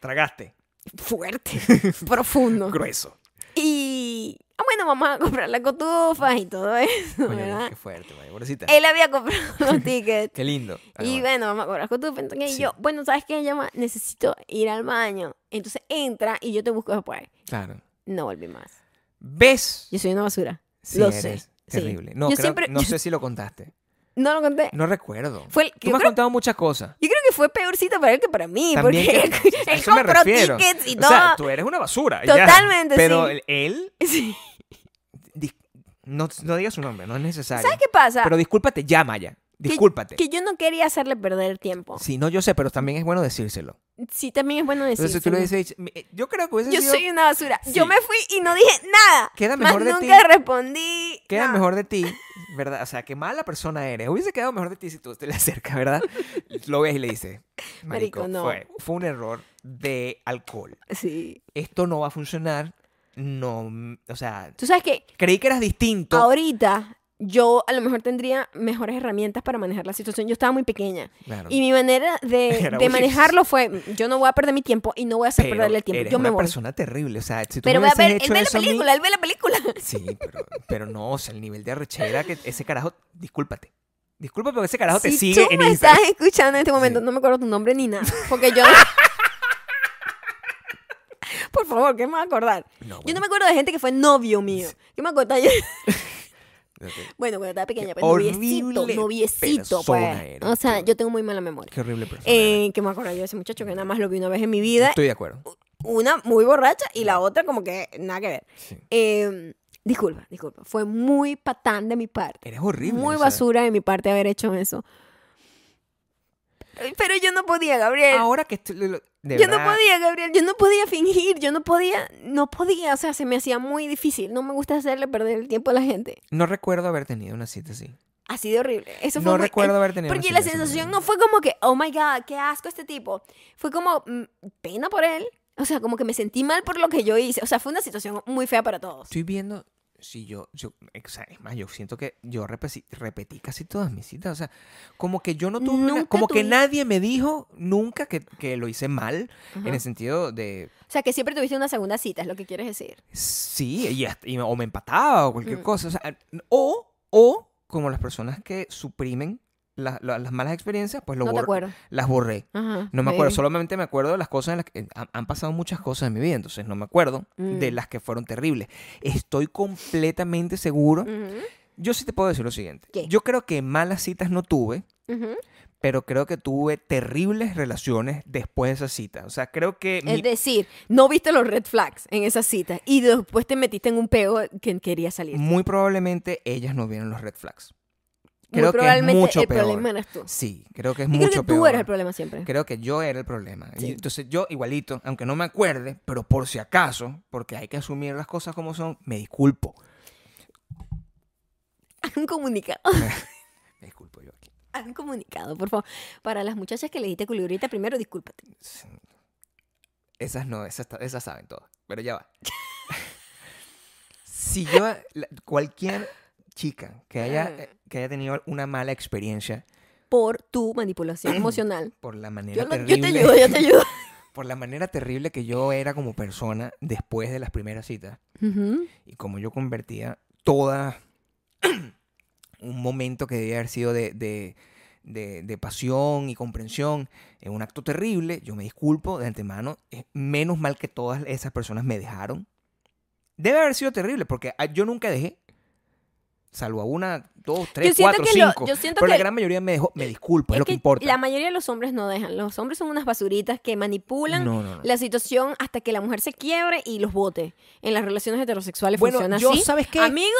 Tragaste. [laughs] Fuerte, profundo. [laughs] Grueso. Y ah, bueno, vamos a comprar las cotufas y todo [laughs] eso, Coño, ¿verdad? qué fuerte, güey. Pobrecita. Él había comprado [laughs] los tickets. Qué lindo. Ah, Y bueno, bueno. vamos a comprar cotufas. Entonces Sí. yo, bueno, ¿sabes qué? Llama, necesito ir al baño. Entonces entra y yo te busco después. Claro. No volví más. ¿Ves? Yo soy una basura. Sí, lo sé, eres sí. Terrible. No, Yo creo- siempre- no yo- sé si lo contaste. No lo conté. No recuerdo. Fue el- Tú yo, me has creo, contado muchas cosas. yo creo que fue peor cita para él que para mí. También porque que- [laughs] él, a eso me compró refiero. tickets y o todo. sea, tú eres una basura. y ya. Totalmente, Pero sí. el- él, [laughs] Sí. dis- no, no digas su nombre, no es necesario. ¿Sabes qué pasa? Pero discúlpate ya, Maya. Discúlpate. que yo no quería hacerle perder el tiempo. Sí, no, yo sé, pero también es bueno decírselo. Sí, también es bueno decir. Entonces tú le dices, eh, yo creo que hubiese Yo sido- soy una basura. Sí. Yo me fui y no dije nada. Queda Más mejor de ti. nunca respondí. Queda nada. mejor de ti, ¿verdad? O sea, qué mala persona eres. Hubiese quedado mejor de ti si tú te le acercas, ¿verdad? Lo ves y le dices, Marico, Marico, no. fue, fue un error de alcohol. Sí. Esto no va a funcionar. No, o sea, Tú sabes que creí que eras distinto. ahorita yo a lo mejor tendría mejores herramientas para manejar la situación. Yo estaba muy pequeña. Claro. Y mi manera de, [laughs] Era de huir. manejarlo fue, yo no voy a perder mi tiempo y no voy a hacer Pero perderle el tiempo. eres Yo me una voy. persona terrible. O sea, si tú Pero me voy a hubieses ver, él hecho ve la eso a mí- película, él ve la película. Sí, pero, pero no, o sea, el nivel de arrechera que ese carajo, discúlpate. Disculpa porque ese carajo te si sigue tú en me Instagram. estás escuchando en este momento, Sí. no me acuerdo tu nombre ni nada. Porque [laughs] yo... [laughs] Por favor, ¿qué me va a acordar? No, Yo no Ah, bueno, me acuerdo de gente que fue novio mío. Yo me acuerdo de- fíjate, Bueno, cuando estaba pequeña, Qué pues, noviecito, horrible noviecito, persona pues. eres, O sea, tú. yo tengo muy mala memoria. Qué horrible persona. Eh, que me acuerdo yo de ese muchacho que nada más lo vi una vez en mi eres. vida. Estoy de acuerdo. Una muy borracha y la otra como que nada que ver. Sí. Eh, disculpa, disculpa. Fue muy patán de mi parte. Eres horrible. muy o sea, basura de mi parte haber hecho eso. Pero yo no podía, Gabriel. Ahora que estoy- lo- lo- Ah, de Pues, yo no verdad, podía, Gabriel. Yo no podía fingir. Yo no podía. No podía. O sea, se me hacía muy difícil. No me gusta hacerle perder el tiempo a la gente. no recuerdo haber tenido una cita así. Así de horrible. Eso fue No muy- eh, recuerdo haber tenido Porque una la cita así. sensación no fue como que, oh my god, qué asco este tipo. Fue como mm, pena por él. O sea, como que me sentí mal por lo que yo hice. O sea, fue una situación muy fea para todos. Estoy viendo si yo, yo o sea, es más, yo siento que yo repesi- repetí casi todas mis citas, o sea, como que yo no tuve, una- Nunca como que tuvi- nadie me dijo nunca que, que lo hice mal, Ajá. en el sentido de, O sea, que siempre tuviste una segunda cita, es lo que quieres decir. sí, y, hasta- y- o me empataba o cualquier Mm. cosa, o sea, o, o como las personas que suprimen la- la- las malas experiencias, pues lo No te bor- acuerdas. las borré. Ajá, No me baby. acuerdo, solamente me acuerdo de las cosas en las que eh, han, han pasado muchas cosas en mi vida, entonces no me acuerdo Mm. de las que fueron terribles. Estoy completamente seguro. Ujú, Yo sí te puedo decir lo siguiente. Mm. ¿Qué? Yo creo que malas citas no tuve, ujú. pero creo que tuve terribles relaciones después de esa cita. O sea, creo que mi- Es decir, no viste los red flags en esa cita y después te metiste en un pego que quería salir. muy probablemente ellas no vieron los red flags. Muy Creo que es probablemente mucho el peor. problema eras tú. Sí, creo que es Yo mucho creo que tú peor. eras el problema siempre. Creo que yo era el problema. Y Sí. Entonces yo igualito, aunque no me acuerde, pero por si acaso, porque hay que asumir las cosas como son, me disculpo. [laughs] Han comunicado, Me disculpo yo aquí. han comunicado, por favor. Para las muchachas que le dijiste culibrita, primero discúlpate. Esas no, esas, ta- esas saben todas. Pero ya va. [laughs] si yo, la- cualquier chica que haya, eh, que haya tenido una mala experiencia Por tu [clears throat] manipulación emocional. por la manera Yo, lo- yo terrible, te ayudo, yo te [laughs] ayudo. por la manera terrible que yo era como persona después de las primeras citas, Ujú. y como yo convertía toda [clears throat] un momento que debía haber sido de, de- de- de pasión y comprensión en un acto terrible, yo me disculpo de antemano. Es menos mal que todas esas personas me dejaron. Debe haber sido terrible porque a- yo nunca dejé. Salvo a una, dos, tres, siento cuatro, que lo- cinco. yo siento Pero la que- gran mayoría me dejó. Me disculpo, es, Es lo que, que importa. La mayoría de los hombres no dejan. Los hombres son unas basuritas que manipulan No, no, no. la situación hasta que la mujer se quiebre y los bote. En las relaciones heterosexuales Bueno, funciona yo, así. ¿sabes qué? Amigos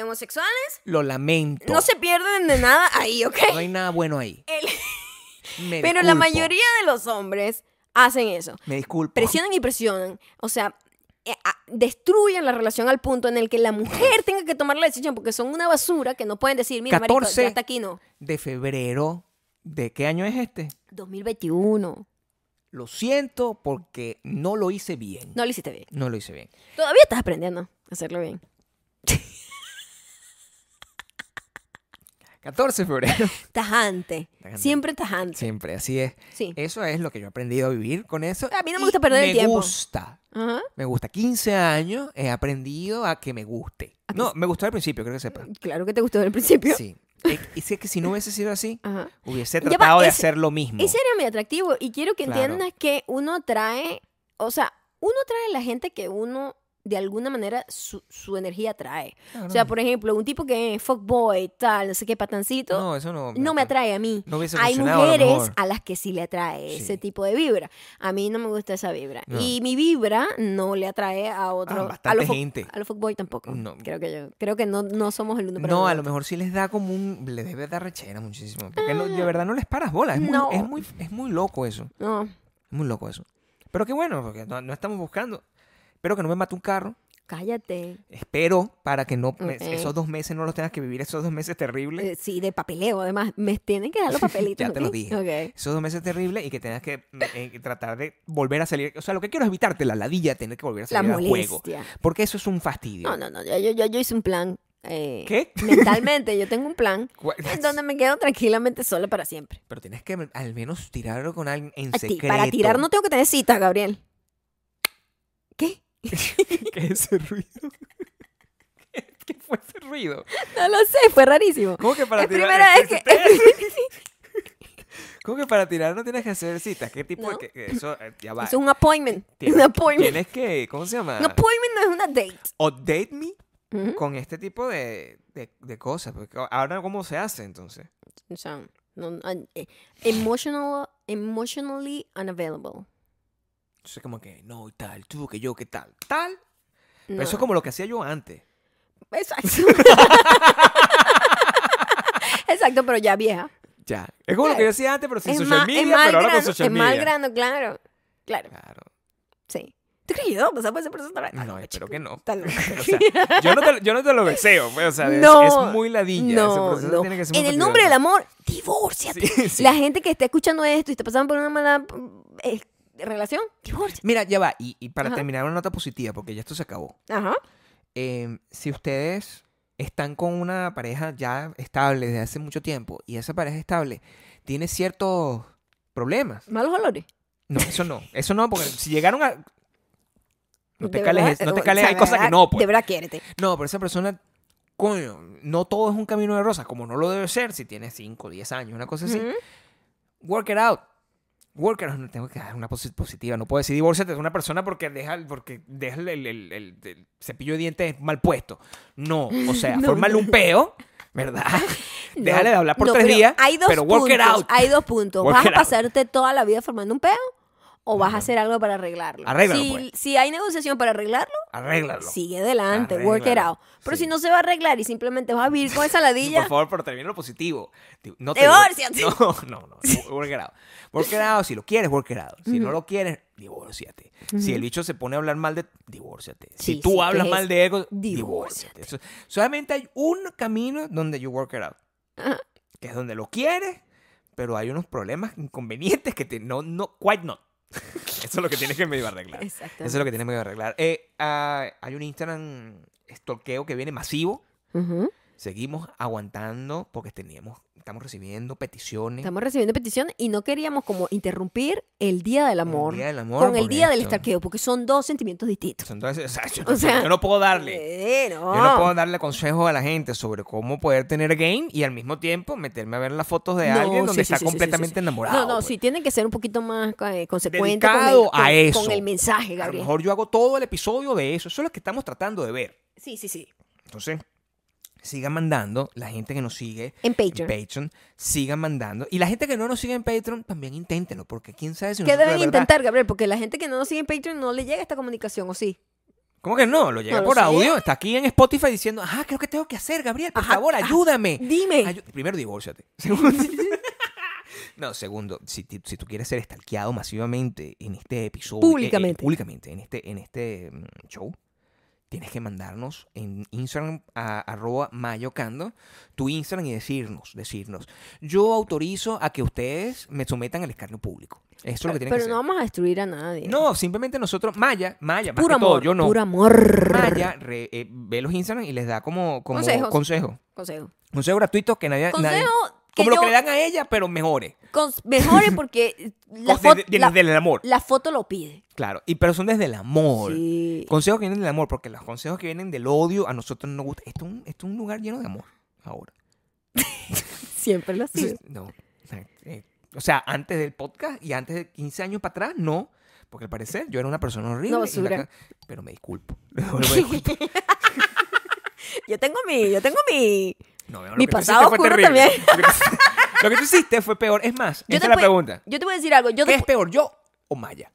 homosexuales, Lo lamento. no se pierden de nada ahí, ¿ok? No hay nada bueno ahí. El- Me [laughs] Pero la disculpo, mayoría de los hombres hacen eso. Me disculpo. Presionan y presionan. O sea, eh, a- destruyen la relación al punto en el que la mujer tenga que tomar la decisión porque son una basura que no pueden decir, mira, marico, 14. ya hasta aquí no. de febrero. ¿De qué año es este? 2021. Lo siento porque no lo hice bien. No, No lo hiciste bien. lo hice bien. Todavía estás aprendiendo a hacerlo bien. 14 de febrero. Tajante. Tajante. [laughs] Eh. Siempre tajante. Siempre, así es. Sí. Eso es lo que yo he aprendido a vivir con eso. A mí no me Y gusta perder el tiempo. Me gusta. Ajá. Me gusta. 15 años he aprendido a que me guste. A que No, me gustó al principio, creo que sepa. Claro que te gustó desde el principio. Sí. Eh, Y si es que si no hubiese sido así, Ajá. hubiese Ya va, tratado de ese- hacer lo mismo. Ese era mi atractivo y quiero que Claro. entiendas que uno trae, o sea, uno trae la gente que uno de alguna manera su, su energía trae. Claro. O sea, por ejemplo, un tipo que es fuckboy, tal, no sé qué, patancito, no, no, eso no. me atrae a mí. No hubiese Hay funcionado, a lo mujeres mejor. a, las que sí le atrae Sí. ese tipo de vibra. A mí no me gusta esa vibra. No. Y mi vibra no le atrae a Ah, otro. a, bastante los fuck- gente. a los fuckboy tampoco. No. Creo que yo. Creo que no, no somos el uno para el No, a otro. lo mejor sí les da como un... Le debe dar rechera muchísimo. Porque no- de verdad no les paras bola. Es muy, Ah. No. es muy, es muy loco eso. No, Es muy loco eso. Pero qué bueno, porque no, no estamos buscando. Espero que no me mate un carro. cállate. Espero para que no me- Ok. esos dos meses no los tengas que vivir, esos dos meses terribles. Eh, sí, de papeleo, además. Me tienen que dar los papelitos. [laughs] Ya te lo ¿ok? dije. Ok. Esos dos meses terribles y que tengas que eh, eh, tratar de volver a salir. O sea, lo que quiero es evitarte la ladilla de tener que volver a La salir al juego. molestia. Porque eso es un fastidio. No, no, no. Yo, yo- yo- yo hice un plan. eh, ¿Qué? Mentalmente, yo tengo un [laughs] plan ¿Cuál- en donde me quedo tranquilamente sola para siempre. Pero tienes que al menos tirarlo con alguien en A ti, secreto. para tirar no tengo que tener citas, Gabriel. ¿Qué? ¿Qué es ese ruido? [laughs] ¿Qué, qué fue ese ruido? No lo sé, fue rarísimo. ¿Cómo que para Es tirar? primera vez que- [laughs] ¿Cómo que para tirar no tienes que hacer citas? ¿Qué tipo No. de que, que eso eh, ya va? Es un appointment. Tienes- un appointment. Tienes que, ¿cómo se llama? Un appointment no es una date. Update me Ujú. con este tipo de, de, de cosas. Porque ahora cómo se hace entonces. O sea, no- no, eh, emotional, emotionally unavailable. Entonces como que no y tal, tú que yo que tal, tal. Pero No. eso es como lo que hacía yo antes. Exacto. [laughs] Exacto, pero ya vieja. Ya. Es como lo que yo hacía antes, pero sin es social más, media, es más pero ahora grano, con social es media. más grano, claro. Claro, Claro. sí. ¿Tú crees que yo pasar por ese proceso otra vez? Ah, No, espero chico, que no. está loco. O sea, yo, no te, yo no te lo deseo, pues, o sea, es- No, es, muy ladilla. ese No, proceso no. tiene que ser muy En el nombre del fastidioso. amor, divórciate. Sí, sí. La gente que está escuchando esto y está pasando por una mala eh, relación, divórciate. Mira, ya va. Y, y para Ajá. terminar, una nota positiva, porque ya esto se acabó. Ajá. Eh, si ustedes están con una pareja ya estable desde hace mucho tiempo y esa pareja estable tiene ciertos problemas. Malos olores. No, eso no. Eso no, porque si llegaron a. No te De cales, verdad, no te eh, cales, o sea, hay de cosas que verdad- no, De pues. verdad, quiérete. No, pero esa persona coño, no todo es un camino de rosas, como no lo debe ser si tienes 5, 10 años, una cosa así. Ujú. Work it out. Work it out. Tengo que dar una posi- positiva. No puedo decir divórciate de una persona porque deja, porque deja el, el- el- el- el cepillo de dientes mal puesto. No, o [laughs] sea, No, fórmale un peo, [laughs] ¿verdad? No, Déjale de hablar por no, tres pero días, Hay dos pero puntos. work it out. Hay dos puntos. Work ¿Vas it a out. pasarte toda la vida formando un peo? ¿O vas a hacer algo para arreglarlo? Arréglalo, si, pues. si hay negociación para arreglarlo, Arréglalo. sigue adelante, work it Arréglalo, out. Pero sí. si no se va a arreglar y simplemente vas a vivir con [laughs] esa Por ladilla, favor, pero termina lo positivo. Di- No Divórciate. [laughs] No, no, no. Work it out. Work it out. Si lo quieres, work it out. Si no lo quieres, divórciate. Si el bicho se pone a hablar mal de divórciate. Sí, si tú sí, hablas ¿qué es? mal de algo, Divórciate. divórciate. Eso- solamente hay un camino donde you work it out. Ajá. Que es donde lo quieres, pero hay unos problemas inconvenientes que te, no, no, quite not. [laughs] Eso es lo que tienes que medio arreglar. Exacto. Eso es lo que tienes que medio arreglar. Eh, ah, hay un Instagram stalkeo que viene masivo. Ujú. Seguimos aguantando porque teníamos, estamos recibiendo peticiones. Estamos recibiendo peticiones y no queríamos como interrumpir el Día del el Amor, Día del amor. con el por Día del esto. Estalqueo, porque son dos sentimientos distintos. Entonces, o sea, yo, O sea, yo no puedo darle. Eh, no. Yo no puedo darle consejos a la gente sobre cómo poder tener game y al mismo tiempo meterme a ver las fotos de No, alguien sí, donde sí, está sí, sí, sí, completamente sí. enamorado. No, no, pues. sí, tienen que ser un poquito más eh, consecuentes con el, Dedicado con- a eso. con el mensaje, A lo Gabriel. mejor yo hago todo el episodio de eso. Eso es lo que estamos tratando de ver. Sí, sí, sí. Entonces, sigan mandando la gente que nos sigue. En en Patreon. Patreon, sigan mandando. Y la gente que no nos sigue en Patreon, también inténtenlo, porque quién sabe si ¿Qué nosotros de deben verdad- intentar, Gabriel? Porque la gente que no nos sigue en Patreon no le llega esta comunicación, ¿o sí? ¿Cómo que no? Lo llega No lo por sé. audio, está aquí en Spotify diciendo, ajá, creo que tengo que hacer, Gabriel, por Ajá, ah, favor, ayúdame. Dime. Ayu- Primero, divórciate. [laughs] Segundo, no, segundo, si, ti- si tú quieres ser estalqueado masivamente en este episodio, eh, eh, Públicamente. públicamente, en este, en este mm, show, tienes que mandarnos en Instagram a arroba mayocando tu Instagram y decirnos, decirnos, yo autorizo a que ustedes me sometan al escarnio público. Eso es lo que pero tienen pero que no hacer. vamos a destruir a nadie. No, simplemente nosotros, Maya, Maya, más Puro que todo, amor. yo no. Puro amor. Maya re- eh, ve los Instagram y les da como, como Consejos. consejo. Consejo. Consejo gratuito que nadie... nadie- Consejo que como yo lo que le dan a ella, pero mejores. cons- mejore [laughs] porque la, O de- foto de- de- la, Desde el amor. la foto lo pide. Claro. Y, pero son desde el amor. Sí. Consejos que vienen del amor, porque los consejos que vienen del odio a nosotros no nos gusta. Esto es un, esto es un lugar lleno de amor ahora. Siempre lo ha sido. Entonces, no. Eh, O sea, antes del podcast y antes de 15 años para atrás, no. Porque al parecer yo era una persona horrible. y la basura. ca- pero me disculpo. [laughs] Me [laughs] disculpo. Yo tengo mi, yo tengo mi. No, no, lo Mi que tú hiciste pasado fue oscuro terrible. también. Lo que tú- Lo que tú hiciste fue peor. Es más, Yo esa te es la puedo- pregunta. Yo te voy a decir algo. Yo ¿Qué te es peor, yo o Maya?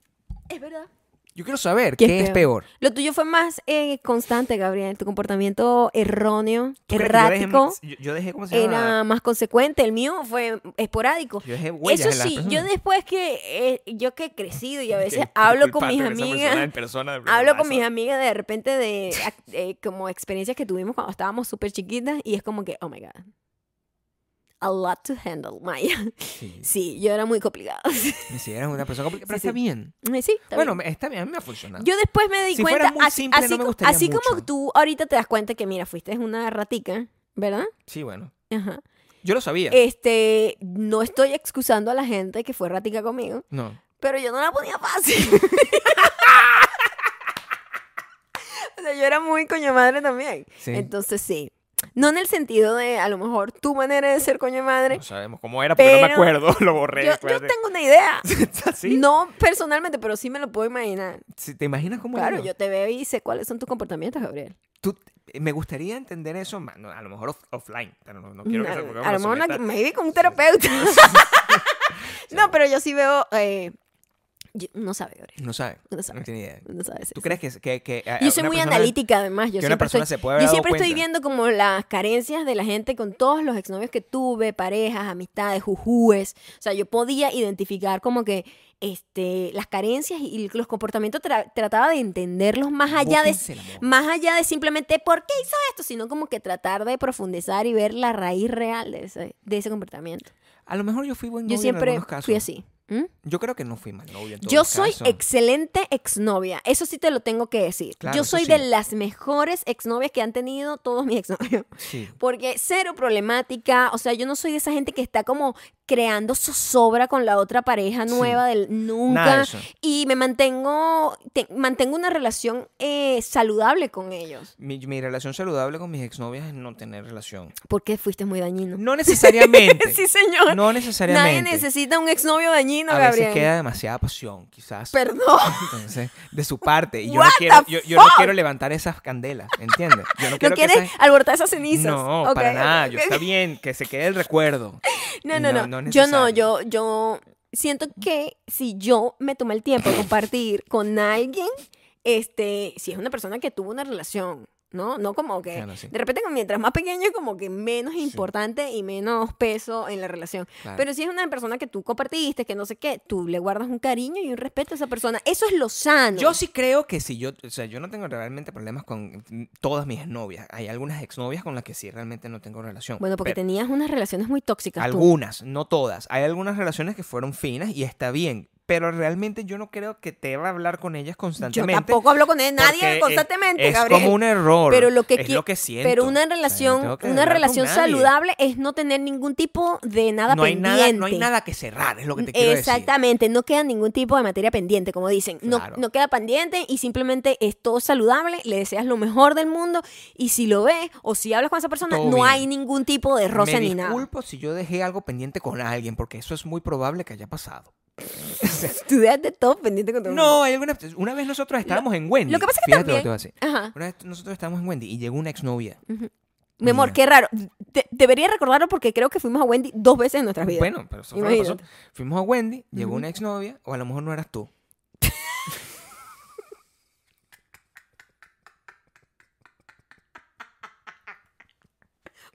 Es verdad. Yo quiero saber qué, es peor. Lo tuyo fue más eh, constante, Gabriel. Tu comportamiento erróneo, ¿Tú crees que errático, Yo dejé, yo, yo dejé ¿cómo se llama? era más consecuente. El mío fue esporádico. Yo dejé huellas en Eso las sí, yo personas. después que eh, yo que he crecido y a veces [laughs] Que- que hablo con mis culpaste a esa persona en amigas, persona, de hablo con verdad, mis eso- amigas de repente de ac- eh, como experiencias que tuvimos cuando estábamos súper chiquitas y es como que, oh my god, a lot to handle, Maya. [laughs] Sí, Sí, yo era muy complicada. [laughs] me sí, eres una persona complicada, pero Sí, está sí. bien. sí, está bueno, bien. me- está bien, a mí me ha funcionado. Yo después me di Si fuera cuenta, muy así, simple, así no me co- gustaría así como mucho. tú ahorita te das cuenta que, mira, fuiste una ratica, ¿verdad? Sí, bueno. Ajá. Yo lo sabía. Este, no estoy excusando a la gente que fue ratica conmigo, no. pero yo no la ponía fácil. o sea, yo era muy coño madre también. Sí. Entonces, sí. No en el sentido de, a lo mejor, tu manera de ser coño madre. No sabemos cómo era, porque no me Pero- acuerdo. [laughs] Lo borré. yo, yo acuérdate. tengo una idea. [laughs] ¿Sí? No personalmente, pero sí me lo puedo imaginar. Sí, ¿Te imaginas cómo era Claro, yo? yo te veo y sé cuáles son tus comportamientos, Gabriel. Tú- eh, me gustaría entender eso más. no, a lo mejor off- offline. Pero no, no quiero que se No, porque A lo me mejor someta- no- maybe con un [laughs] terapeuta. [laughs] no, pero yo sí veo. eh, yo- no sabe, Gabriel. No sabe. No No sabe. tiene idea. No sabe. sí, Mm. ¿Tú sí. crees que, que, que a- Yo a soy una muy persona- analítica, además. Yo que una siempre, persona estoy, se puede haber yo dado siempre estoy cuenta? viendo como las carencias de la gente con todos los exnovios que tuve, parejas, amistades, jujúes. O sea, yo podía identificar como que este, las carencias y los comportamientos tra- trataba de entenderlos más allá de, Búsquense el amor. más allá de simplemente por qué hizo esto, sino como que tratar de profundizar y ver la raíz real de ese, de ese comportamiento. A lo mejor yo fui buen novio Yo en siempre algunos casos. fui así. ¿Mm? Yo creo que no fui mal novio en todos Yo los soy casos. excelente exnovia. Eso sí te lo tengo que decir. Claro, Yo eso soy de sí. las mejores exnovias que han tenido todos mis [laughs] exnovios. Sí. Porque cero problemática. O sea, yo no soy de esa gente que está como creando zozobra con la otra pareja Sí. nueva del Nada de nunca. eso. Y me mantengo, te- mantengo una relación eh, saludable con ellos. Mi, mi relación saludable con mis exnovias es no tener relación. Porque fuiste muy [laughs] dañino. [laughs] No necesariamente. Sí, señor. No Nadie necesariamente. necesita un exnovio dañino, a veces Gabriel. queda demasiada pasión, quizás. Perdón. [laughs] Entonces, de su parte. Y yo no, What quiero, the yo, yo no fuck? quiero levantar esas candelas, ¿entiendes? Yo [laughs] no ¿No quiero quieres que esas- alborotar esas cenizas? No, Ok, para ok, nada. Yo ok. está bien, que se quede el recuerdo. No, Y no, no. no, no es yo no, yo, necesario. yo siento que si yo me tomé el tiempo de compartir con alguien, este, si es una persona que tuvo una relación, ¿no? No como que. Claro, sí. De repente, como mientras más pequeño, es como que menos importante y menos peso en la relación. Claro. Pero si es una persona que tú compartiste, que no sé qué, tú le guardas un cariño y un respeto a esa persona. Eso es lo sano. Yo sí creo que si yo, o sea, yo no tengo realmente problemas con mm, todas mis novias. Hay algunas exnovias con las que sí realmente no tengo relación. Bueno, porque Pero tenías unas relaciones muy tóxicas. tú. algunas, no todas. Hay algunas relaciones que fueron finas y está bien. Pero realmente yo no creo que te va a hablar con ellas Yo constantemente. tampoco hablo con él, porque nadie es- constantemente, es Gabriel. como un error. Pero lo que es qui- lo que siento. Pero O una sea, yo no relación, tengo que una hablar con relación nadie. saludable es no tener ningún tipo de nada no hay pendiente. Mm, nada, no hay nada que cerrar, es lo que te quiero decir. Exactamente, no queda ningún tipo de materia pendiente, como dicen. No, Claro. no queda pendiente y simplemente es todo saludable, le deseas lo mejor del mundo y si lo ves o si hablas con esa persona, Todo no bien. hay ningún tipo de roce Me ni nada. disculpo si yo dejé algo pendiente con alguien, porque eso es muy probable que haya pasado. [laughs] Tú dejaste todo pendiente con todo el mundo. No, hay alguna, una vez nosotros estábamos en Wendy. lo que pasa es que fíjate lo también- que te voy a decir. Ajá. Una vez nosotros estábamos en Wendy y llegó una exnovia. Mi amor, Mira. qué raro. De- debería recordarlo porque creo que fuimos a Wendy dos veces en nuestras vidas. Bueno, pero eso fue lo que pasó. Imagínate. Fuimos a Wendy, llegó Ujú. una exnovia, o a lo mejor no eras tú.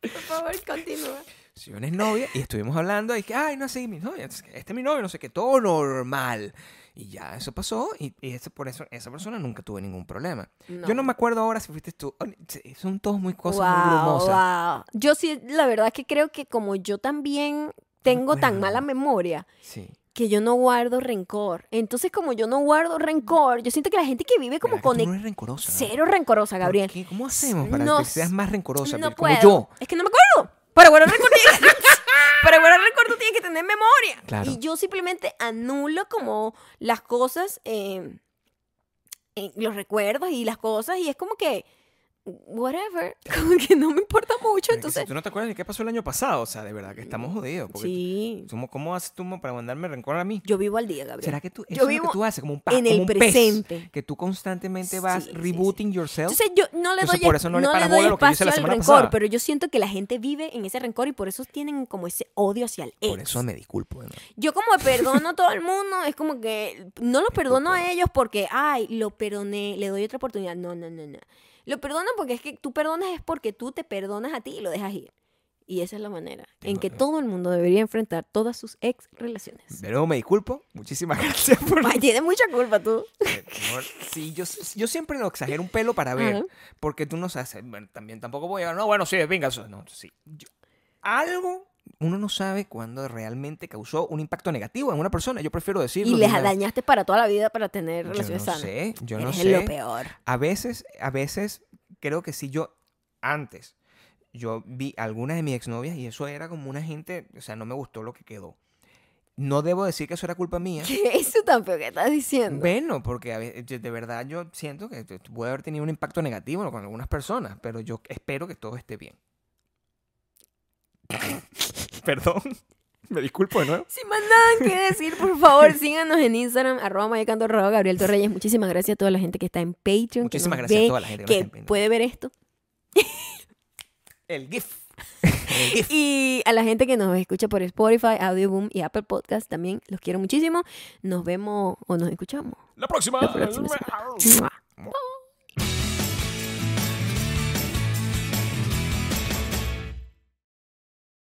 Por favor, continúa. Si una exnovia y estuvimos hablando y que, ay, no sé, mi novia, es que este es mi novio, no sé qué, todo normal. Y ya eso pasó y, y ese- por eso esa persona nunca tuve ningún problema. Yo no me acuerdo ahora si fuiste tú. Oh, sí, Son todos muy cosas muy Guau, brumosas. guau. Yo sí, la verdad que creo que como yo también tengo tan acuerdo. mala memoria Sí. que yo no guardo rencor. Entonces, como yo no guardo rencor, yo siento que la gente que vive como ¿Verdad que tú con e no eres rencorosa. cero rencorosa, ¿Por Gabriel. qué? ¿Cómo hacemos para No que seas más rencorosa? No Pero como puedo. yo. Es que no me acuerdo. Para guardar rencor tienes- [laughs] Para guardar rencor tú tienes que tener memoria. Claro. Y yo simplemente anulo como las cosas, eh, eh, los recuerdos y las cosas, y es como que, whatever, [laughs] como que no me importa mucho, Pero es que si entonces... Mm. tú no te acuerdas de qué pasó el año pasado, o sea, de verdad que estamos jodidos. porque Sí. tú- ¿Cómo, cómo haces tú para mandarme rencor a mí? Yo vivo al día, Gabriel. ¿Será que tú, Yo eso es lo vivo que tú haces como un pa- en como el un Pez, presente. que tú constantemente vas Sí, sí, sí. rebooting yourself. Entonces yo no le Entonces, doy, por eso no le paras doy bola a lo que yo hice espacio la al semana rencor, pasada. pero yo siento que la gente vive en ese rencor y por eso tienen como ese odio hacia el ex. Por eso me disculpo. de verdad. Yo como perdono a todo el mundo, es como que no los perdono a ellos porque, ay, lo perdoné, le doy otra oportunidad. No, no, no, no. Lo perdono porque es que tú perdonas es porque tú te perdonas a ti y lo dejas ir. Y esa es la manera en Tengo- que todo el mundo debería enfrentar todas sus ex relaciones. De nuevo me disculpo. Muchísimas [laughs] gracias [laughs] por... Ay, Tienes mucha culpa tú. Sí, yo, yo siempre lo exagero un pelo para ver. Ajá. Porque tú no sabes... bueno, también tampoco voy a... No, bueno, sí, venga. eso- No, sí. Yo- algo... Uno no sabe cuándo realmente causó un impacto negativo en una persona. Yo prefiero decirlo. Y de les una- dañaste para toda la vida para tener Yo relaciones no sanas. sé, yo no Eres sé. lo peor. A veces, a veces, creo que sí, yo antes, yo vi algunas de mis exnovias y eso era como una gente, o sea, no me gustó lo que quedó. No debo decir que eso era culpa mía. [laughs] ¿Qué es eso tan feo que estás diciendo? Bueno, porque a ve- yo- de verdad yo siento que t- puede haber tenido un impacto negativo con algunas personas, pero yo espero que todo esté bien. [laughs] Perdón, [laughs] me disculpo de nuevo. Sin más nada que decir, por favor, síganos en Instagram, arroba mayacando, arroba Gabriel Torreyes. Muchísimas gracias a toda la gente que está en Patreon. que Muchísimas nos gracias a ve, toda la gente que, nos que está viendo. puede ver esto. El GIF. El GIF. Y a la gente que nos escucha por Spotify, Audioboom y Apple Podcast también los quiero muchísimo. Nos vemos o nos escuchamos La próxima. la próxima semana. ¡Mua!